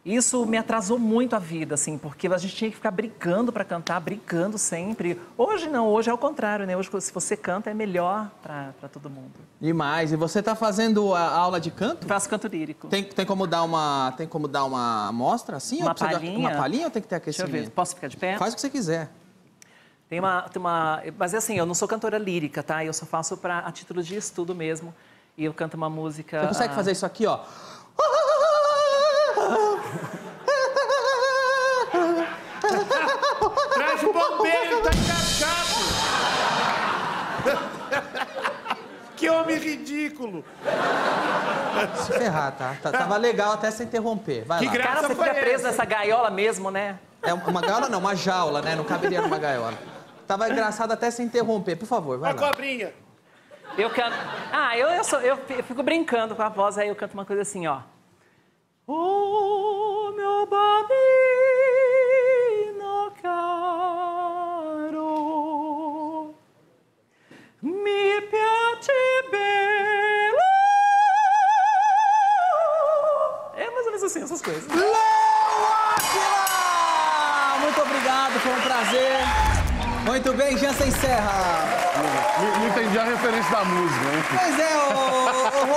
[SPEAKER 6] Isso me atrasou muito a vida, assim, porque a gente tinha que ficar brigando pra cantar, brigando sempre. Hoje não, hoje é o contrário, né? Hoje, se você canta, é melhor pra pra todo mundo.
[SPEAKER 1] Demais. E você tá fazendo a aula de canto?
[SPEAKER 6] Faço canto lírico.
[SPEAKER 1] Tem, tem como dar uma, tem como dar uma amostra assim? Ou
[SPEAKER 6] Uma
[SPEAKER 1] precisa dar-
[SPEAKER 6] palhinha?
[SPEAKER 1] Uma palhinha ou tem que ter
[SPEAKER 6] Deixa eu
[SPEAKER 1] aquecimento?
[SPEAKER 6] ver, posso ficar de pé?
[SPEAKER 1] Faz o que você quiser.
[SPEAKER 6] Tem uma, tem uma- Mas é assim, eu não sou cantora lírica, tá? Eu só faço pra, a título de estudo mesmo. E eu canto uma música.
[SPEAKER 1] Você consegue
[SPEAKER 6] ah,
[SPEAKER 1] fazer isso aqui, ó?
[SPEAKER 4] Traz o bombeiro, ele tá encaixado. que homem ridículo.
[SPEAKER 1] Se ferrar, tá? Tá- Tava legal até você interromper. Vai
[SPEAKER 4] Que
[SPEAKER 1] lá.
[SPEAKER 4] gra-
[SPEAKER 6] Cara,
[SPEAKER 4] Essa
[SPEAKER 6] você
[SPEAKER 4] foi
[SPEAKER 6] fica preso
[SPEAKER 4] essa.
[SPEAKER 6] nessa gaiola mesmo, né?
[SPEAKER 1] É uma gaiola não, uma jaula, né? Não caberia numa gaiola. Tava engraçado até se interromper. Por favor, vai
[SPEAKER 4] A
[SPEAKER 1] lá.
[SPEAKER 4] cobrinha.
[SPEAKER 6] Eu canto. Ah, eu, eu, sou- eu fico brincando com a voz, aí eu canto uma coisa assim, ó. O meu bambino caro, mi piace bello. É mais ou menos assim, essas coisas.
[SPEAKER 1] Léo Aquila! Muito obrigado, foi um prazer. Muito bem, Jansen Serra.
[SPEAKER 11] Não entendi a referência da música, né?
[SPEAKER 1] Pois é, ô, ô,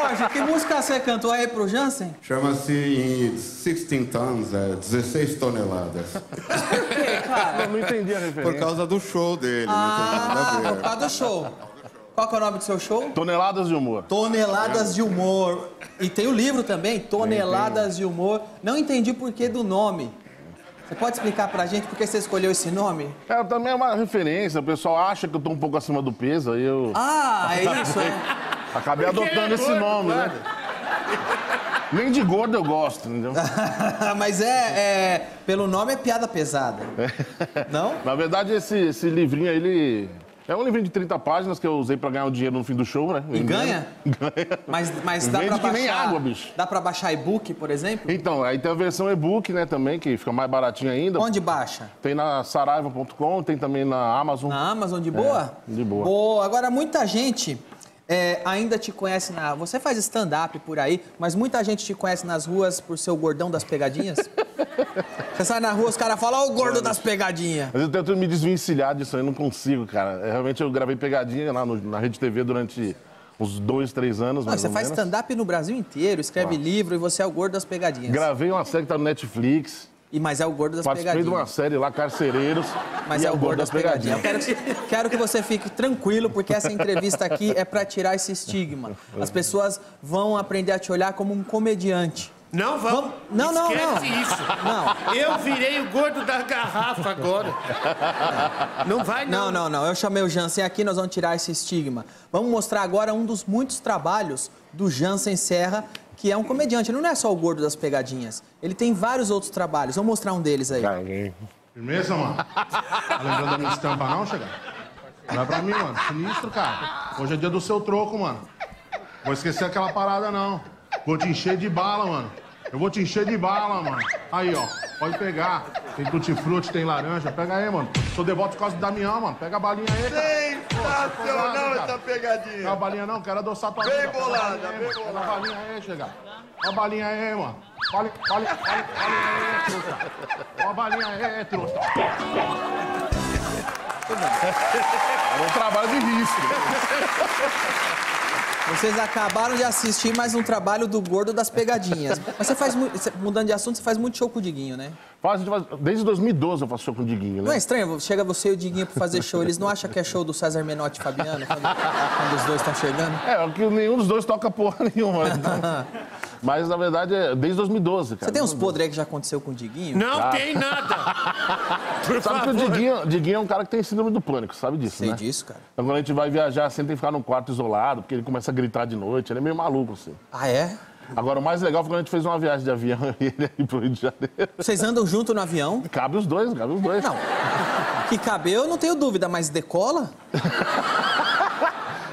[SPEAKER 1] ô, Roger, que música você cantou aí pro Jansen?
[SPEAKER 3] Chama-se em 16 tons, é, 16 toneladas.
[SPEAKER 1] Por quê, cara?
[SPEAKER 11] Não, não entendi a referência.
[SPEAKER 3] Por causa do show dele.
[SPEAKER 1] Ah,
[SPEAKER 3] não tem nada a
[SPEAKER 1] por
[SPEAKER 3] ver.
[SPEAKER 1] causa do show. Qual que é o nome do seu show?
[SPEAKER 11] Toneladas de humor.
[SPEAKER 1] Toneladas de Humor. E tem o livro também, Toneladas de Humor. Não entendi o porquê do nome. Você pode explicar pra gente por que você escolheu esse nome?
[SPEAKER 11] É, também é uma referência, o pessoal acha que eu tô um pouco acima do peso, aí eu.
[SPEAKER 1] Ah, é isso, é.
[SPEAKER 11] Acabei
[SPEAKER 1] Porque
[SPEAKER 11] adotando
[SPEAKER 1] é
[SPEAKER 11] esse
[SPEAKER 1] gordo,
[SPEAKER 11] nome,
[SPEAKER 1] claro.
[SPEAKER 11] né? Nem de gordo eu gosto, entendeu?
[SPEAKER 12] Tá
[SPEAKER 1] Mas é, é- Pelo nome é piada pesada. Não?
[SPEAKER 11] Na verdade, esse, esse livrinho aí, ele. É um livrinho de 30 páginas que eu usei pra ganhar o dinheiro no fim do show, né?
[SPEAKER 1] E ganha?
[SPEAKER 11] Ganha.
[SPEAKER 1] Mas, mas dá
[SPEAKER 11] Vende
[SPEAKER 1] pra
[SPEAKER 11] que
[SPEAKER 1] baixar.
[SPEAKER 11] nem água, bicho.
[SPEAKER 1] Dá pra baixar e-book, por exemplo?
[SPEAKER 11] Então, aí tem a versão e-book, né, também, que fica mais baratinha ainda.
[SPEAKER 1] Onde baixa?
[SPEAKER 11] Tem na saraiva.com, tem também na Amazon.
[SPEAKER 1] Na Amazon, de boa?
[SPEAKER 11] É, de boa.
[SPEAKER 1] Boa. Agora, muita gente é, ainda te conhece na. Você faz stand-up por aí, mas muita gente te conhece nas ruas por ser o gordão das pegadinhas. você sai na rua, os caras falam, ó, o gordo das pegadinhas.
[SPEAKER 11] Mas eu tento me desvencilhar disso aí, não consigo, cara. É, realmente eu gravei pegadinha lá no- na Rede TV durante uns dois, três anos,
[SPEAKER 1] Não,
[SPEAKER 11] mais
[SPEAKER 1] você
[SPEAKER 11] ou
[SPEAKER 1] faz
[SPEAKER 11] menos.
[SPEAKER 1] stand-up no Brasil inteiro, escreve livro e você é o gordo das pegadinhas.
[SPEAKER 11] Gravei uma série que tá no Netflix.
[SPEAKER 1] E mas é o gordo das
[SPEAKER 11] Participei de uma
[SPEAKER 1] pegadinhas.
[SPEAKER 11] série lá, Carcereiros.
[SPEAKER 1] Mas
[SPEAKER 11] e
[SPEAKER 1] é o gordo das pegadinhas. Eu quero, quero que você fique tranquilo, porque essa entrevista aqui é pra tirar esse estigma. As pessoas vão aprender a te olhar como um comediante.
[SPEAKER 4] Não vamos.
[SPEAKER 1] Não, não,
[SPEAKER 4] Esquece
[SPEAKER 1] não.
[SPEAKER 4] isso.
[SPEAKER 1] Não.
[SPEAKER 4] Eu virei o gordo da garrafa agora. Não vai, não.
[SPEAKER 1] Não, não, não. Eu chamei o Jansen aqui, nós vamos tirar esse estigma. Vamos mostrar agora um dos muitos trabalhos do Jansen Serra, que é um comediante. Ele não é só o gordo das pegadinhas. Ele tem vários outros trabalhos. Vamos mostrar um deles aí.
[SPEAKER 13] Firmeza, mano? Tá lembrando da minha estampa, não, chega? Olha pra mim, mano. Sinistro, cara. Hoje é dia do seu troco, mano. Vou esquecer aquela parada, não. Vou te encher de bala, mano. Eu vou te encher de bala, mano. Aí, ó. Pode pegar. Tem tutti-frutti, tem laranja. Pega aí, mano. Sou devoto por causa do Damião, mano. Pega a balinha aí, cara. Pô, você foi
[SPEAKER 4] Sensacional
[SPEAKER 13] nada,
[SPEAKER 4] essa
[SPEAKER 13] cara.
[SPEAKER 4] pegadinha.
[SPEAKER 13] Não, balinha não, quero adoçar pra
[SPEAKER 4] Bem
[SPEAKER 13] vida. Pega a
[SPEAKER 4] bolada,
[SPEAKER 13] balinha aí,
[SPEAKER 4] bem
[SPEAKER 13] mano. Pega
[SPEAKER 4] bolada.
[SPEAKER 13] a balinha aí, chega. Olha a balinha aí, mano. Olha, olha, olha, olha aí, truta. Olha a balinha aí, truta.
[SPEAKER 11] Era um trabalho de risco.
[SPEAKER 1] Vocês acabaram de assistir mais um trabalho do gordo das pegadinhas. Mas você faz muito. você- Mudando de assunto, você faz muito show com o Diguinho, né?
[SPEAKER 11] Faz- a gente faz- Desde 2012 eu faço show com o Diguinho,
[SPEAKER 1] Não é
[SPEAKER 11] né?
[SPEAKER 1] estranho? Chega você e o Diguinho pra fazer show. Eles não acham que é show do César Menotti e Fabiano quando, quando os dois estão chegando?
[SPEAKER 11] É, que nenhum dos dois toca porra nenhuma. né? Então, Mas, na verdade, é desde 2012, cara.
[SPEAKER 1] Você tem uns podres aí que já aconteceu com o Diguinho?
[SPEAKER 11] Não tem
[SPEAKER 4] nada.
[SPEAKER 11] sabe que o Diguinho, Diguinho é um cara que tem síndrome do pânico, sabe disso,
[SPEAKER 1] Sei
[SPEAKER 11] né?
[SPEAKER 1] disso, cara.
[SPEAKER 11] Então, quando a gente vai viajar, assim, tem que ficar num quarto isolado, porque ele começa a gritar de noite, ele é meio maluco, assim.
[SPEAKER 1] Ah, é?
[SPEAKER 11] Agora, o mais legal foi quando a gente fez uma viagem de avião e ele aí pro Rio de Janeiro.
[SPEAKER 1] Vocês andam junto no avião?
[SPEAKER 11] Cabe os dois, cabe os dois.
[SPEAKER 1] Não. Que cabeu, eu não tenho dúvida, mas decola?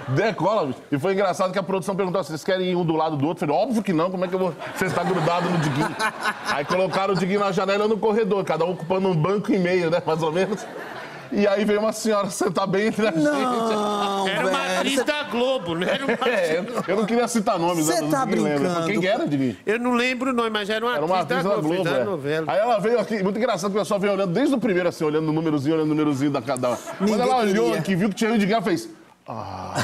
[SPEAKER 11] Decola, bicho. E foi engraçado que a produção perguntou se vocês querem ir um do lado do outro. Eu falei, óbvio que não, como é que eu vou. Você está grudado no Diguinho. Aí colocaram o Diguinho na janela e eu no corredor, cada um ocupando um banco e meio, né? Mais ou menos. E aí veio uma senhora sentar bem entre a
[SPEAKER 1] Não,
[SPEAKER 11] gente.
[SPEAKER 1] Era uma velho, atriz você-
[SPEAKER 4] da Globo, né? Era uma-
[SPEAKER 11] É, eu, eu não queria citar nomes,
[SPEAKER 4] Você
[SPEAKER 11] né? mas
[SPEAKER 4] tá
[SPEAKER 11] ninguém lembra.
[SPEAKER 4] brincando.
[SPEAKER 11] Quem que era, Diguinho?
[SPEAKER 4] Eu não lembro o nome, mas era uma,
[SPEAKER 11] Era uma atriz da Globo,
[SPEAKER 4] fez
[SPEAKER 11] é.
[SPEAKER 4] novela.
[SPEAKER 11] Aí ela veio aqui, muito engraçado que o pessoal veio olhando desde o primeiro, assim, olhando o númerozinho, olhando o númerozinho da cada. um. Quando
[SPEAKER 1] Ninguém
[SPEAKER 11] ela olhou
[SPEAKER 1] queria.
[SPEAKER 11] aqui, viu que tinha eu de guerra, fez. "Ah."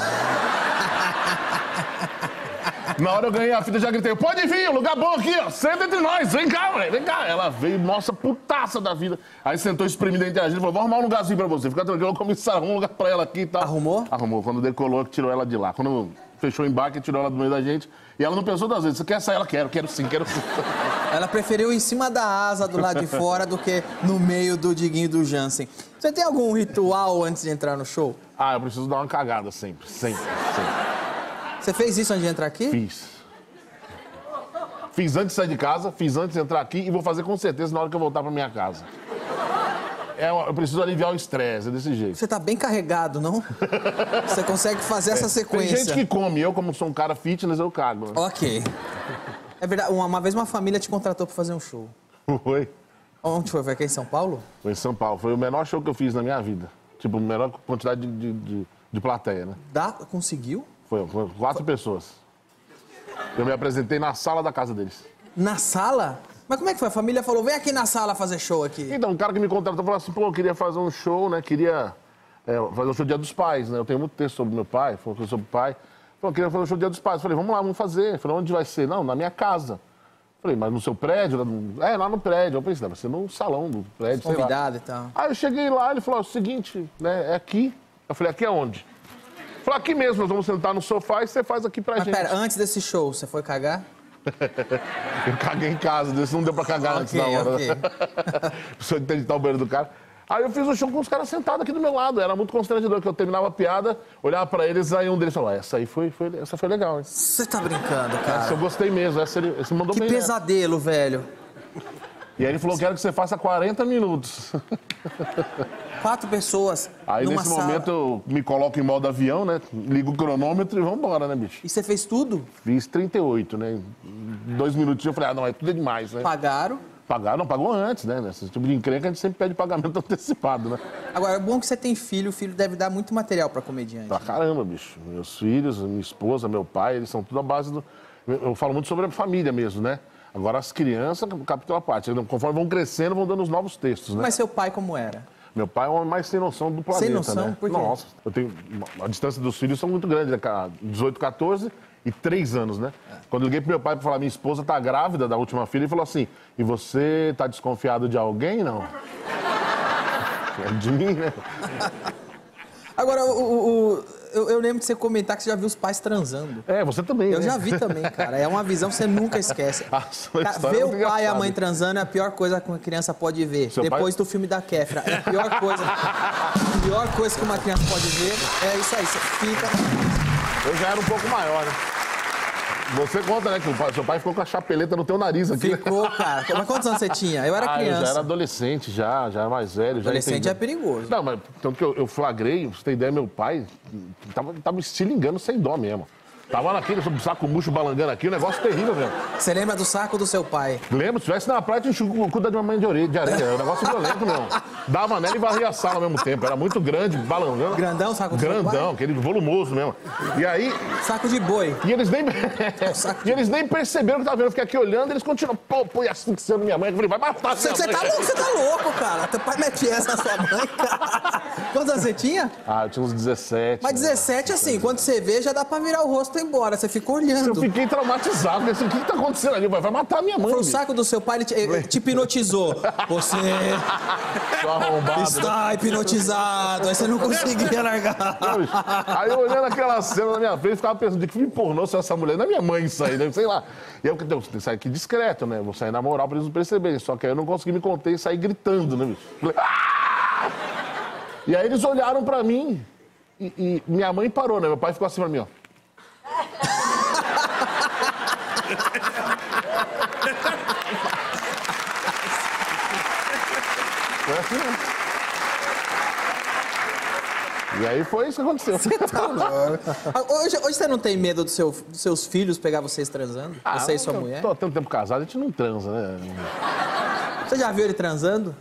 [SPEAKER 11] Na hora eu ganhei a fita, já gritei, pode vir, lugar bom aqui, ó, senta entre nós, vem cá, moleque, vem cá. Ela veio, nossa, putaça da vida. Aí sentou espremida entre a gente, falou, vou arrumar um lugarzinho pra você, fica tranquilo, eu começo a arrumar um lugar pra ela aqui e tal. Arrumou? Arrumou, quando decolou, tirou ela de lá. Quando fechou o embarque, tirou ela do meio da gente. E ela não pensou duas vezes, você quer sair? Ela, quero, quero sim, quero sim.
[SPEAKER 1] Ela preferiu em cima da asa do lado de fora do que no meio do Diguinho e do Jansen. Você tem algum ritual antes de entrar no show?
[SPEAKER 11] Ah, eu preciso dar uma cagada sempre, sempre, sempre.
[SPEAKER 1] Você fez isso antes de entrar aqui?
[SPEAKER 11] Fiz. Fiz antes de sair de casa, fiz antes de entrar aqui e vou fazer com certeza na hora que eu voltar pra minha casa. É, eu preciso aliviar o estresse, é desse jeito.
[SPEAKER 1] Você tá bem carregado, não? Você consegue fazer essa sequência.
[SPEAKER 11] Tem gente que come, eu como sou um cara fitness, eu cago. né?
[SPEAKER 1] Ok. É verdade, uma, uma vez uma família te contratou pra fazer um show.
[SPEAKER 11] Foi.
[SPEAKER 1] Onde foi? Foi aqui em São Paulo?
[SPEAKER 11] Foi em São Paulo, foi o menor show que eu fiz na minha vida. Tipo, a menor quantidade de, de, de- de plateia, né?
[SPEAKER 1] Dá, conseguiu?
[SPEAKER 11] Foi, foi quatro pessoas. Eu me apresentei na sala da casa deles.
[SPEAKER 1] Na sala? Mas como é que foi? A família falou, vem aqui na sala fazer show aqui.
[SPEAKER 11] Então, um cara que me contratou falou assim, pô, eu queria fazer um show, né? Queria é, fazer um show Dia dos Pais, né? Eu tenho muito texto sobre meu pai, falando coisa sobre o pai. Falou, eu queria fazer um show Dia dos Pais. Eu Falei, vamos lá, vamos fazer. Eu Falei, onde vai ser? Não, na minha casa. Eu Falei, mas no seu prédio? Lá no- É, lá no prédio. Eu pensei, deve ser no salão do prédio. sei lá. Ah,
[SPEAKER 1] Convidado então. e tal.
[SPEAKER 11] Aí eu cheguei lá, ele falou: "Ó, o seguinte, né? É aqui. Eu falei, aqui aonde? Ele Falou, aqui mesmo, nós vamos sentar no sofá e você faz aqui pra
[SPEAKER 1] Mas
[SPEAKER 11] gente.
[SPEAKER 1] pera, antes desse show, você foi cagar?
[SPEAKER 11] eu caguei em casa, desse não deu pra cagar antes
[SPEAKER 1] Ok,
[SPEAKER 11] da hora.
[SPEAKER 1] ok.
[SPEAKER 11] né? tá Preciso interditar o banheiro do cara. Aí eu fiz o show com os caras sentados aqui do meu lado. Era muito constrangedor, que eu terminava a piada, olhava pra eles, aí um deles falou: essa aí foi, foi- essa foi legal, hein?
[SPEAKER 1] Você tá brincando, cara.
[SPEAKER 11] Essa eu gostei É, mesmo, essa ele, esse mandou
[SPEAKER 1] Que
[SPEAKER 11] bem. nessa.
[SPEAKER 1] pesadelo, velho.
[SPEAKER 11] E aí ele falou: quero que você faça 40 minutos.
[SPEAKER 1] Quatro pessoas.
[SPEAKER 11] Aí
[SPEAKER 1] numa
[SPEAKER 11] nesse
[SPEAKER 1] sala.
[SPEAKER 11] momento eu me coloco em modo avião, né? Ligo o cronômetro e vambora, né, bicho?
[SPEAKER 1] E você fez tudo?
[SPEAKER 11] Fiz 38, né? Em Dois minutinhos eu falei, ah, não, é tudo é demais, né?
[SPEAKER 1] Pagaram?
[SPEAKER 11] Pagaram, não, pagou antes, né? Esse tipo de encrenca a gente sempre pede pagamento antecipado, né?
[SPEAKER 1] Agora, é bom que você tem filho, o filho deve dar muito material pra comediante.
[SPEAKER 11] Pra caramba, bicho. Meus filhos, minha esposa, meu pai, eles são tudo à base do. Eu eu falo muito sobre a família mesmo, né? Agora as crianças, capítulo à parte. Conforme vão crescendo, vão dando os novos textos, né?
[SPEAKER 1] Mas seu pai como era?
[SPEAKER 11] Meu pai é o homem mais sem noção do planeta,
[SPEAKER 1] noção?
[SPEAKER 11] né?
[SPEAKER 1] Por quê?
[SPEAKER 11] Nossa, eu tenho... A distância dos filhos são muito grande, né? cara? 18, 14 e 3 anos, né? Quando eu liguei pro meu pai pra falar, minha esposa tá grávida da última filha, ele falou assim, e você tá desconfiado de alguém, não? É de mim, né?
[SPEAKER 1] Agora, o, o- o- eu, eu lembro de você comentar que você já viu os pais transando.
[SPEAKER 11] É, você também,
[SPEAKER 1] Eu
[SPEAKER 11] né?
[SPEAKER 1] já vi também, cara. É uma visão que você nunca esquece.
[SPEAKER 11] A sua
[SPEAKER 1] Cara,
[SPEAKER 11] história
[SPEAKER 1] ver
[SPEAKER 11] é
[SPEAKER 1] o
[SPEAKER 11] muito
[SPEAKER 1] pai e a
[SPEAKER 11] engraçada.
[SPEAKER 1] mãe transando é a pior coisa que uma criança pode ver.
[SPEAKER 11] Seu pai-
[SPEAKER 1] Depois do filme da Kefra. É a pior coisa. a pior coisa que uma criança pode ver é isso aí. Você fica.
[SPEAKER 11] Eu já era um pouco maior, né? Você conta, né, que o pai- seu pai ficou com a chapeleta no teu nariz aqui, né?
[SPEAKER 1] Ficou, cara. Mas quantos anos você tinha? Eu era
[SPEAKER 11] Ah,
[SPEAKER 1] criança.
[SPEAKER 11] Eu já era adolescente, já, já era mais velho. já
[SPEAKER 1] Adolescente
[SPEAKER 11] entendi.
[SPEAKER 1] é perigoso.
[SPEAKER 11] Não, mas tanto que eu, eu flagrei, pra você ter ideia, meu pai tava, tava se ligando sem dó mesmo. Tava naquele saco murcho balangando aqui, um negócio terrível, velho.
[SPEAKER 1] Você lembra do saco do seu pai?
[SPEAKER 11] Lembro, se tivesse na praia, tinha enxugado o cu da minha mãe de orelha, de areia. Era um negócio violento, meu. Dava nela e varria a sala ao mesmo tempo. Era muito grande, balangando.
[SPEAKER 1] Grandão, saco do seu
[SPEAKER 11] Grandão,
[SPEAKER 1] pai?
[SPEAKER 11] aquele volumoso mesmo. E aí.
[SPEAKER 1] Saco de boi.
[SPEAKER 11] E eles nem. e eles nem perceberam que tava vendo, eu fiquei aqui olhando, eles continuam, pô, pô, e asfixiando minha mãe. Eu falei, vai matar
[SPEAKER 1] Você,
[SPEAKER 11] minha
[SPEAKER 1] você
[SPEAKER 11] mãe.
[SPEAKER 1] tá louco, você tá louco, cara. Teu pai metia essa na sua mãe, cara. Quantos anos você tinha?
[SPEAKER 11] Ah, eu tinha uns 17.
[SPEAKER 1] Mas 17, assim, quando você vê, já dá pra virar o rosto e ir embora. Você fica olhando.
[SPEAKER 11] Eu fiquei traumatizado. Pensei, o que, que tá acontecendo ali? Vai, vai matar minha mãe.
[SPEAKER 1] Foi o saco do seu pai, ele te, ele te hipnotizou. Você
[SPEAKER 11] Tô arrombado.
[SPEAKER 1] está hipnotizado. Aí você não conseguia largar.
[SPEAKER 11] Aí eu olhando aquela cena na minha frente, ficava pensando, de que filme pornô se essa mulher não é minha mãe isso aí, né? Sei lá. E eu, eu saí aqui discreto, né? Vou sair na moral pra eles não perceberem. Só que aí eu não consegui me conter e saí gritando, né, bicho? Falei, "Ah!" E aí eles olharam pra mim e, e minha mãe parou, né? Meu pai ficou assim pra mim, ó. Foi assim, né? E aí foi isso que aconteceu.
[SPEAKER 1] Você tá louco. Ah, Hoje, hoje você não tem medo do seu- dos seus filhos pegar vocês transando? você e sua
[SPEAKER 11] Ah, eu
[SPEAKER 1] mulher?
[SPEAKER 11] Tô há tanto tempo casado, a gente não transa, né?
[SPEAKER 1] Você já viu ele transando?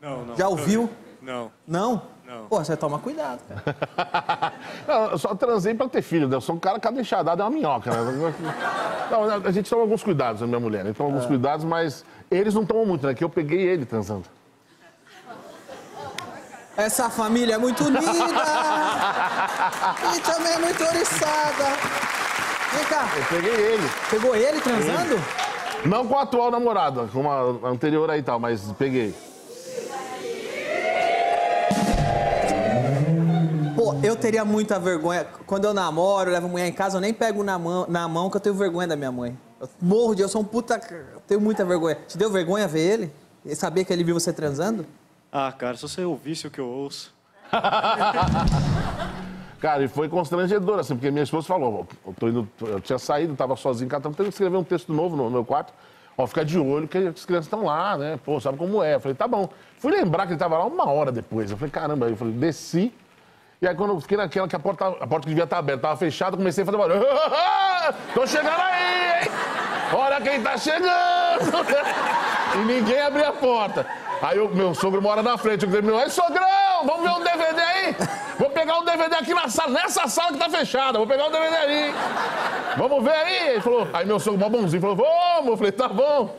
[SPEAKER 14] Não, não.
[SPEAKER 1] Já ouviu?
[SPEAKER 14] Não.
[SPEAKER 1] Não?
[SPEAKER 14] Não.
[SPEAKER 1] Pô, você toma cuidado, cara.
[SPEAKER 11] Não, eu só transei pra ter filho, né? Eu sou um cara, cada enxadada é uma minhoca, né? Não, não, a gente toma alguns cuidados, a minha mulher, né? Toma alguns cuidados, mas eles não tomam muito, né? Que eu peguei ele transando.
[SPEAKER 1] Essa família é muito unida! e também é muito oriçada! Vem cá!
[SPEAKER 11] Eu peguei ele.
[SPEAKER 1] Pegou ele transando?
[SPEAKER 11] Não com a atual namorada, com uma anterior aí e tal, mas peguei.
[SPEAKER 1] Pô, eu teria muita vergonha. Quando eu namoro, eu levo a mulher em casa, eu nem pego na mão, na mão que eu tenho vergonha da minha mãe. Eu morro de... Eu sou um puta... Eu tenho muita vergonha. Te deu vergonha ver ele? E saber que ele viu você transando?
[SPEAKER 14] Ah, cara, se você ouvisse o que eu ouço.
[SPEAKER 11] Cara, e foi constrangedor, assim, porque minha esposa falou, "Ó, eu, tô indo, eu tinha saído, tava sozinho, cara, tava tendo que escrever um texto novo no meu quarto. Ó, fica de olho que as crianças estão lá, né? Pô, sabe como é? Eu falei, tá bom. Fui lembrar que ele tava lá uma hora depois. Eu falei, caramba, aí eu falei, desci. E aí quando eu fiquei naquela que a porta, a porta que devia estar aberta, tava fechada, eu comecei a fazer barulho. Tô chegando aí, hein? Olha quem tá chegando! e ninguém abria a porta. Aí o meu sogro mora na frente. Eu falei, meu, aí sogrão, vamos ver um DVD aí? Vou pegar um DVD aqui na sala, nessa sala que tá fechada, vou pegar um DVD aí. Vamos ver aí? Ele falou, aí meu sogro, mó bonzinho, falou, vamos. Eu falei, tá bom.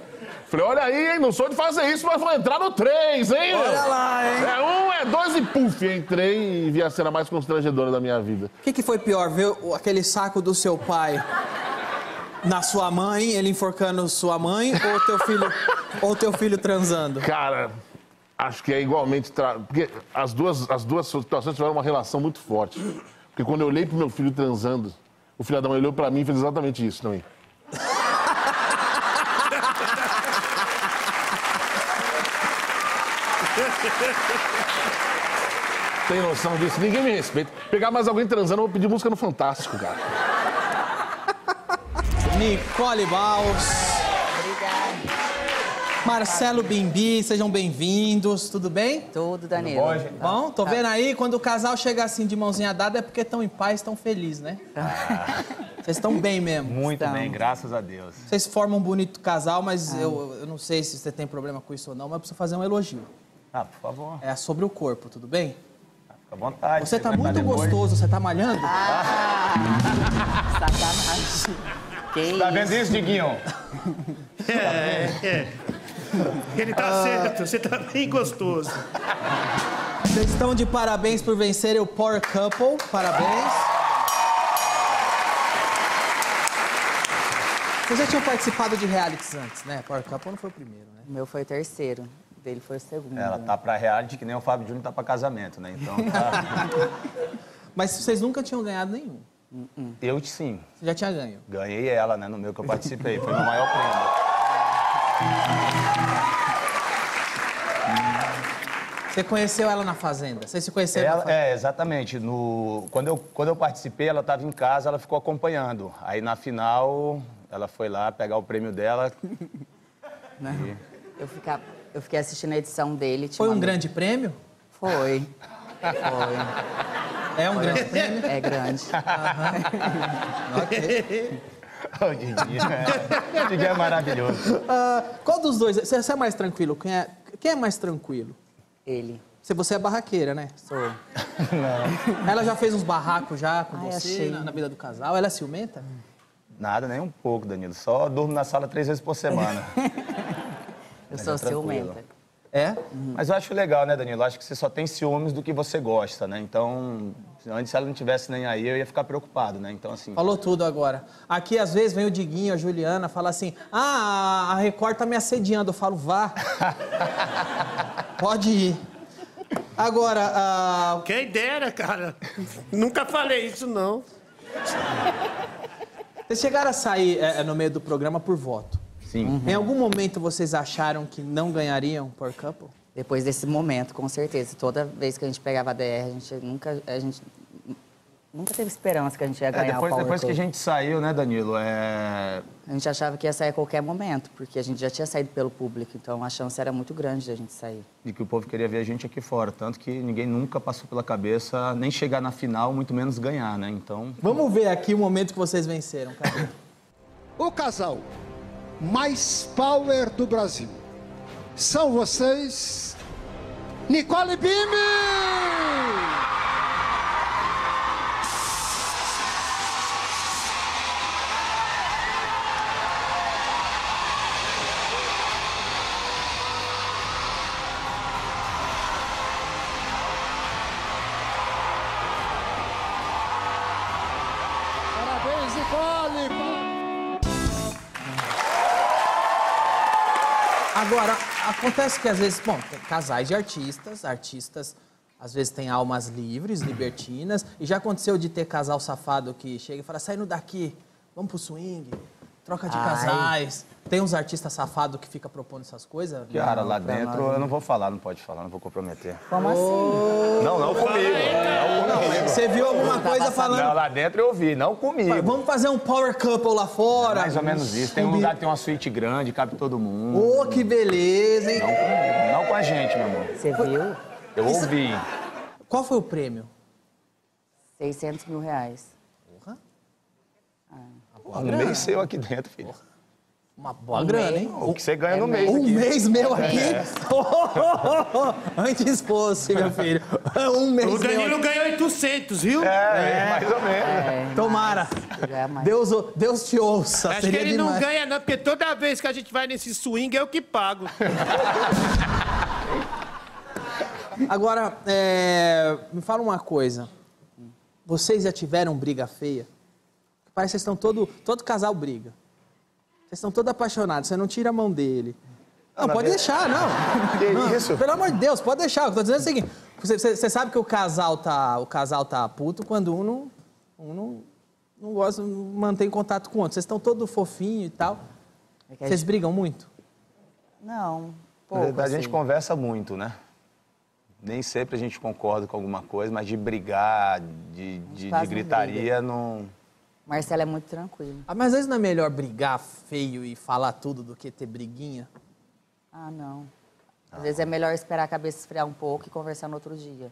[SPEAKER 11] Falei, olha aí, hein, não sou de fazer isso, mas vou entrar no 3, hein? meu?"
[SPEAKER 1] Olha lá, hein?
[SPEAKER 11] É um, é dois e puf, entrei e vi a cena mais constrangedora da minha vida.
[SPEAKER 1] O que, que foi pior, ver o- aquele saco do seu pai Na sua mãe, ele enforcando sua mãe ou teu filho, ou teu filho transando?
[SPEAKER 11] Cara, acho que é igualmente. Tra... Porque as duas, as duas situações tiveram uma relação muito forte. Porque quando eu olhei pro meu filho transando, o filho da mãe olhou pra mim e fez exatamente isso é? também. Tem noção disso? Ninguém me respeita. Pegar mais alguém transando, eu vou pedir música no Fantástico, cara.
[SPEAKER 1] Nicole Baus. Marcelo Bimbi, sejam bem-vindos, tudo bem? Tudo,
[SPEAKER 6] Danilo. Tudo bom,
[SPEAKER 1] Bom, tô
[SPEAKER 6] Tá.
[SPEAKER 1] vendo aí, quando o casal chega assim de mãozinha dada é porque estão em paz, estão felizes, né? Vocês estão bem mesmo.
[SPEAKER 12] Ah. Muito
[SPEAKER 1] Estamos.
[SPEAKER 12] bem, graças a Deus.
[SPEAKER 1] Vocês formam um bonito casal, mas
[SPEAKER 12] Ah.
[SPEAKER 1] eu, eu não sei se você tem problema com isso ou não, mas eu preciso fazer um elogio.
[SPEAKER 12] Ah, por favor.
[SPEAKER 1] É sobre o corpo, tudo bem?
[SPEAKER 12] Fica à vontade.
[SPEAKER 1] Você tá
[SPEAKER 12] vai
[SPEAKER 1] muito
[SPEAKER 12] malhar hoje.
[SPEAKER 1] gostoso, você tá malhando?
[SPEAKER 6] Sacanagem. Que
[SPEAKER 12] Tá vendo isso, Diguinho?
[SPEAKER 15] É, é. Ele tá certo, você tá bem gostoso.
[SPEAKER 1] Vocês estão de parabéns por vencerem o Power Couple, parabéns. Vocês já tinham participado de realities antes, né? Power Couple não foi o primeiro, né?
[SPEAKER 6] O meu foi o terceiro, o dele foi o segundo.
[SPEAKER 12] Ela tá pra reality que nem o Fábio Júnior tá pra casamento, né? Então tá.
[SPEAKER 1] Mas vocês nunca tinham ganhado nenhum.
[SPEAKER 12] Eu sim,
[SPEAKER 1] Você já tinha ganho.
[SPEAKER 12] ganhei ela, né? No meu que eu participei. Foi meu maior prêmio.
[SPEAKER 1] Você conheceu ela na Fazenda? Vocês se conheceram na
[SPEAKER 12] Ela-
[SPEAKER 1] Fazenda?
[SPEAKER 12] é, exatamente. No, quando, eu, quando eu participei, ela tava em casa, ela ficou acompanhando. Aí na final, ela foi lá pegar o prêmio dela. E-
[SPEAKER 6] Eu, fica- eu fiquei assistindo a edição dele.
[SPEAKER 1] Foi um grande prêmio?
[SPEAKER 6] Foi. Foi.
[SPEAKER 1] É um
[SPEAKER 6] Foi
[SPEAKER 1] grande prêmio?
[SPEAKER 6] É grande.
[SPEAKER 1] Ok.
[SPEAKER 12] O Didi, é. O Didi é um maravilhoso.
[SPEAKER 1] Ah, qual dos dois? Você você é mais tranquilo? Quem é, quem é mais tranquilo?
[SPEAKER 6] Ele.
[SPEAKER 1] Você, você é barraqueira, né?
[SPEAKER 6] Sou.
[SPEAKER 1] Ela já fez uns barracos já com
[SPEAKER 6] Ai,
[SPEAKER 1] você
[SPEAKER 6] achei.
[SPEAKER 1] na, na vida do casal? Ela é ciumenta?
[SPEAKER 12] Nada, nem um pouco, Danilo. Só durmo na sala três vezes por semana.
[SPEAKER 6] Eu
[SPEAKER 12] Mas
[SPEAKER 6] sou
[SPEAKER 12] é tranquilo.
[SPEAKER 6] ciumenta.
[SPEAKER 1] É?
[SPEAKER 12] Mas eu acho legal, né, Danilo? Eu acho que você só tem ciúmes do que você gosta, né? Então, antes se ela não tivesse nem aí, eu ia ficar preocupado, né? Então, assim.
[SPEAKER 1] Falou tudo agora. Aqui, às vezes, vem o Diguinho, a Juliana, fala assim: Ah, a Record tá me assediando. Eu falo, vá. Pode ir. Agora, ah,
[SPEAKER 15] Quem dera, cara. Nunca falei isso, não.
[SPEAKER 1] vocês chegaram a sair eh, no meio do programa por voto.
[SPEAKER 12] Sim.
[SPEAKER 1] Em algum momento vocês acharam que não ganhariam por couple?
[SPEAKER 6] Depois desse momento, com certeza. Toda vez que a gente pegava a DR, a gente nunca. A gente nunca teve esperança que a gente ia ganhar
[SPEAKER 12] É, depois
[SPEAKER 6] o Power
[SPEAKER 12] depois que a
[SPEAKER 6] Couple.
[SPEAKER 12] gente saiu, né, Danilo? É...
[SPEAKER 6] A gente achava que ia sair a qualquer momento, porque a gente já tinha saído pelo público, então a chance era muito grande da gente sair.
[SPEAKER 12] De que o povo queria ver a gente aqui fora. Tanto que ninguém nunca passou pela cabeça nem chegar na final, muito menos ganhar, né? Então.
[SPEAKER 1] Vamos ver aqui o momento que vocês venceram, cara.
[SPEAKER 13] O casal mais power do Brasil são vocês, Nicole Bimi! Parabéns, Nicole!
[SPEAKER 1] Agora, acontece que às vezes, bom, tem casais de artistas, artistas às vezes têm almas livres, libertinas, e já aconteceu de ter casal safado que chega e fala, saindo daqui, vamos pro swing, troca de
[SPEAKER 12] Ai.
[SPEAKER 1] casais. Tem uns artistas safados que fica propondo essas coisas?
[SPEAKER 12] Cara, lá
[SPEAKER 1] Não, pra
[SPEAKER 12] dentro
[SPEAKER 1] nós,
[SPEAKER 12] eu
[SPEAKER 1] né?
[SPEAKER 12] não vou falar, não pode falar, não vou comprometer.
[SPEAKER 6] Como assim?
[SPEAKER 12] Não, não comigo. Não comigo.
[SPEAKER 1] Você viu alguma coisa falando?
[SPEAKER 12] Não, lá dentro eu ouvi, não
[SPEAKER 1] Mas
[SPEAKER 12] comigo.
[SPEAKER 1] Vamos fazer um power couple lá fora?
[SPEAKER 12] Mais ou menos isso. Tem um lugar que tem uma suíte grande, cabe todo mundo.
[SPEAKER 1] Ô, que beleza, hein?
[SPEAKER 12] Não comigo, não com a gente, meu amor.
[SPEAKER 6] Você viu?
[SPEAKER 12] Eu ouvi.
[SPEAKER 1] Qual foi o prêmio?
[SPEAKER 6] 600 mil reais.
[SPEAKER 12] Um mês seu aqui dentro, filho.
[SPEAKER 1] Uma boa
[SPEAKER 12] Um
[SPEAKER 1] grana,
[SPEAKER 12] mês.
[SPEAKER 1] hein?
[SPEAKER 12] O que você ganha no
[SPEAKER 1] Um
[SPEAKER 12] mês
[SPEAKER 1] Um
[SPEAKER 12] aqui.
[SPEAKER 1] mês meu aqui?
[SPEAKER 12] É.
[SPEAKER 1] Antes fosse, meu filho. Um mês
[SPEAKER 15] O Danilo
[SPEAKER 1] meu aqui.
[SPEAKER 15] ganha 800, viu?
[SPEAKER 12] É, mais ou menos.
[SPEAKER 1] Tomara. Deus, o- Deus te ouça.
[SPEAKER 15] Acho que
[SPEAKER 1] Seria
[SPEAKER 15] ele
[SPEAKER 1] demais.
[SPEAKER 15] não ganha, não, porque toda vez que a gente vai nesse swing, eu que pago.
[SPEAKER 1] Agora, é, me fala uma coisa. Vocês já tiveram briga feia? Parece que vocês estão todo... Todo casal briga. Vocês estão todos apaixonados, você não tira a mão dele. Não,
[SPEAKER 16] na
[SPEAKER 1] pode
[SPEAKER 16] ve-
[SPEAKER 1] deixar, não.
[SPEAKER 16] Ah, é- Que
[SPEAKER 1] Não,
[SPEAKER 16] isso?
[SPEAKER 1] Pelo amor de Deus, pode deixar. Eu tô dizendo é o seguinte: você, você- você sabe que o casal tá, o casal tá puto quando um não, um não, não gosta, não mantém contato com o outro. Vocês estão todo fofinho e tal.
[SPEAKER 12] É a
[SPEAKER 1] Vocês
[SPEAKER 12] gente-
[SPEAKER 1] brigam muito?
[SPEAKER 12] Não,
[SPEAKER 15] Na
[SPEAKER 12] pouco,
[SPEAKER 15] verdade, a gente
[SPEAKER 12] assim.
[SPEAKER 15] conversa muito, né? Nem sempre a gente concorda com alguma coisa, mas de brigar, de, de- de
[SPEAKER 12] quase não briga.
[SPEAKER 15] gritaria, não.
[SPEAKER 12] Marcela é muito tranquila.
[SPEAKER 1] Ah, mas às vezes não é melhor brigar feio e falar tudo do que ter briguinha?
[SPEAKER 12] Ah, não. Às
[SPEAKER 15] Ah.
[SPEAKER 12] vezes é melhor esperar a cabeça esfriar um pouco e conversar no outro dia.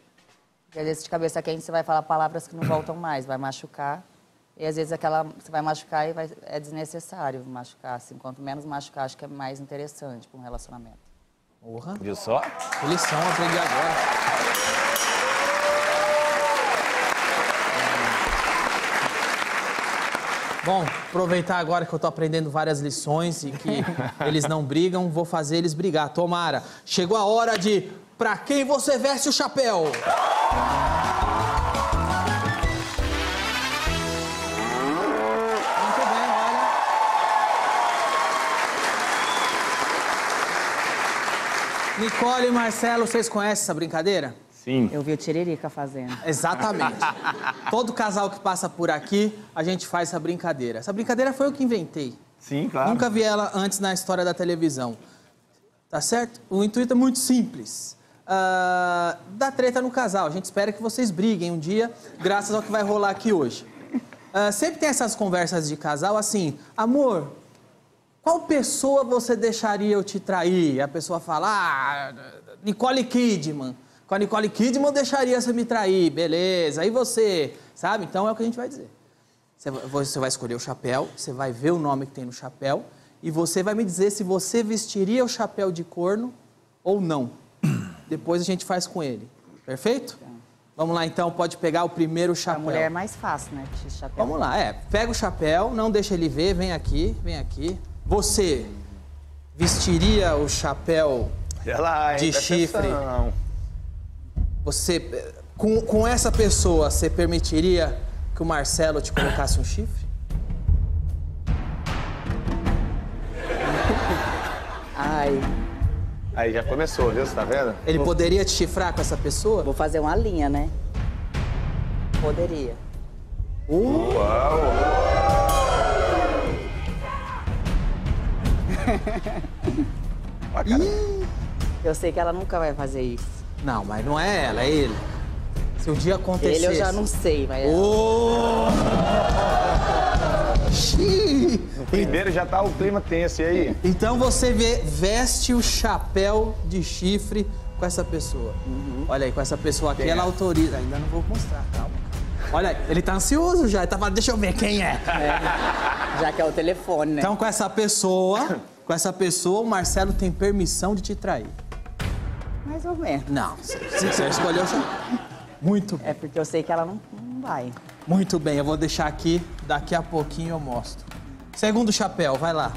[SPEAKER 12] Porque às vezes de cabeça quente você vai falar palavras que não voltam mais, vai machucar. E às vezes aquela você vai machucar e vai- é desnecessário machucar. Assim, quanto menos machucar, acho que é mais interessante para um relacionamento.
[SPEAKER 1] Porra.
[SPEAKER 15] Viu só?
[SPEAKER 1] Que lição, aprendi agora. Bom, aproveitar agora que eu tô aprendendo várias lições e que eles não brigam, vou fazer eles brigar. Tomara. Chegou a hora de Pra quem você veste o chapéu? Muito bem, olha. Nicole e Marcelo, vocês conhecem essa brincadeira?
[SPEAKER 15] Sim.
[SPEAKER 12] Eu vi o Tiririca fazendo.
[SPEAKER 1] Exatamente. Todo casal que passa por aqui, a gente faz essa brincadeira. Essa brincadeira foi eu que inventei.
[SPEAKER 15] Sim,
[SPEAKER 1] Nunca vi ela antes na história da televisão. Tá certo? O intuito é muito simples. Ah, dá treta no casal. A gente espera que vocês briguem um dia, graças ao que vai rolar aqui hoje. Ah, sempre tem essas conversas de casal assim, amor, qual pessoa você deixaria eu te trair? E A pessoa fala, ah, Nicole Kidman. Com a Nicole Kidman eu deixaria você me trair, beleza. E você? Sabe? Então é o que a gente vai dizer. Você vai- Você vai escolher o chapéu, você vai ver o nome que tem no chapéu e você vai me dizer se você vestiria o chapéu de corno ou não. Depois a gente faz com ele. Perfeito? Vamos lá então, pode pegar o primeiro
[SPEAKER 15] Então.
[SPEAKER 1] chapéu.
[SPEAKER 12] Tá. A mulher é mais fácil, né? que Chapéu.
[SPEAKER 1] Vamos lá, é. Pega o chapéu, não deixa ele ver, vem aqui, vem aqui. Você vestiria o chapéu
[SPEAKER 15] Olha lá, hein?
[SPEAKER 1] de
[SPEAKER 15] Presta
[SPEAKER 1] chifre?
[SPEAKER 15] atenção.
[SPEAKER 1] Você. eh, Com, com essa pessoa, você permitiria que o Marcelo te colocasse um chifre?
[SPEAKER 12] Ai.
[SPEAKER 15] Aí já começou, viu? Você tá vendo?
[SPEAKER 1] Ele poderia te chifrar com essa pessoa?
[SPEAKER 12] Vou fazer uma linha, né? Poderia.
[SPEAKER 15] Uau!
[SPEAKER 12] Ih, Eu sei que ela nunca vai fazer isso.
[SPEAKER 1] Não, mas não é ela, é ele. Se um dia acontecer.
[SPEAKER 12] Ele eu já não sei, mas.
[SPEAKER 15] Primeiro já tá o clima tenso, e aí?
[SPEAKER 1] Então você vê- veste o chapéu de chifre com essa pessoa. Olha aí, com essa pessoa aqui,
[SPEAKER 16] Quem
[SPEAKER 1] ela
[SPEAKER 16] é?
[SPEAKER 1] autoriza. Ainda não vou mostrar, calma. Olha aí, ele tá ansioso já. Ele tá falando, deixa eu ver quem é.
[SPEAKER 12] Já que é o telefone, né?
[SPEAKER 1] Então com essa pessoa, com essa pessoa, o Marcelo tem permissão de te trair.
[SPEAKER 12] Mais ou menos.
[SPEAKER 1] Não, você você escolheu o chapéu. Muito bem.
[SPEAKER 12] É porque eu sei que ela não, não vai.
[SPEAKER 1] Muito bem, eu vou deixar aqui, daqui a pouquinho eu mostro. Segundo chapéu, vai lá.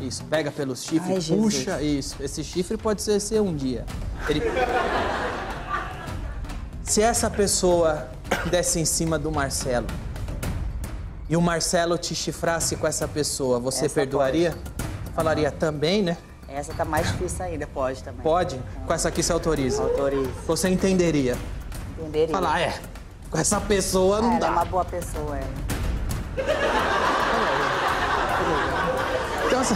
[SPEAKER 1] Isso, pega pelo chifre,
[SPEAKER 16] Ai, Jesus.
[SPEAKER 1] puxa, isso. Esse chifre pode ser seu um dia. Ele- Se essa pessoa desse em cima do Marcelo e o Marcelo te chifrasse com essa pessoa, você
[SPEAKER 12] Essa
[SPEAKER 1] perdoaria? Falaria também, né?
[SPEAKER 12] Essa tá mais difícil ainda, pode também.
[SPEAKER 1] Pode? Com essa aqui você autoriza?
[SPEAKER 12] Autoriza.
[SPEAKER 1] Você entenderia?
[SPEAKER 12] Entenderia.
[SPEAKER 1] Falar, é, com essa pessoa não
[SPEAKER 12] Ah, ela
[SPEAKER 1] dá.
[SPEAKER 12] é uma boa pessoa, é.
[SPEAKER 1] Então, se...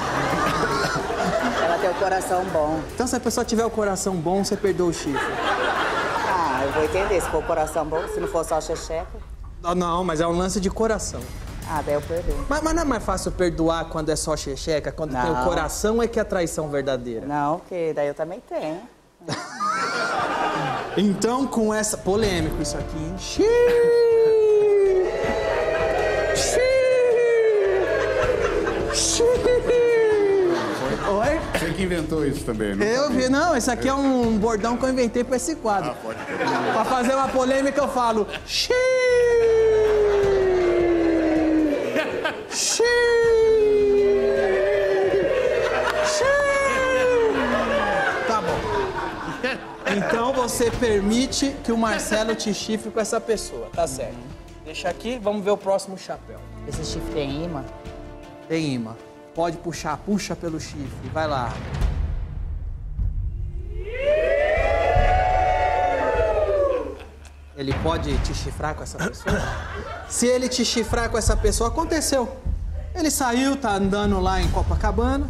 [SPEAKER 12] Ela tem o coração bom.
[SPEAKER 1] Então, se a pessoa tiver o coração bom, você perdoa o chifre.
[SPEAKER 12] Ah, eu vou entender. Se for o coração bom, se não for só checheca.
[SPEAKER 1] Ah, Não, mas é um lance de coração.
[SPEAKER 12] Ah, daí eu perdoo.
[SPEAKER 1] Mas, mas não é mais fácil perdoar quando é só checheca? Quando tem o
[SPEAKER 12] Não.
[SPEAKER 1] coração é que é a traição verdadeira.
[SPEAKER 12] Não, porque daí eu também tenho.
[SPEAKER 1] Então, com essa... Polêmico isso aqui, hein? Xiii! Xiii! Xiii! Oi?
[SPEAKER 3] Você que inventou isso também, não?
[SPEAKER 1] Eu vi, não, esse aqui é um bordão que eu inventei pra esse quadro. pra fazer uma polêmica, eu falo. Xiii! Xiii! Xiii! Tá bom. Então você permite que o Marcelo te chifre com essa pessoa, tá certo. Deixa aqui, vamos ver o próximo chapéu. Esse chifre
[SPEAKER 12] é
[SPEAKER 1] tem imã? Tem imã. Pode puxar, puxa pelo chifre. Vai lá. Ele pode te chifrar com essa pessoa? Se ele te chifrar com essa pessoa, aconteceu. Ele saiu, tá andando lá em Copacabana,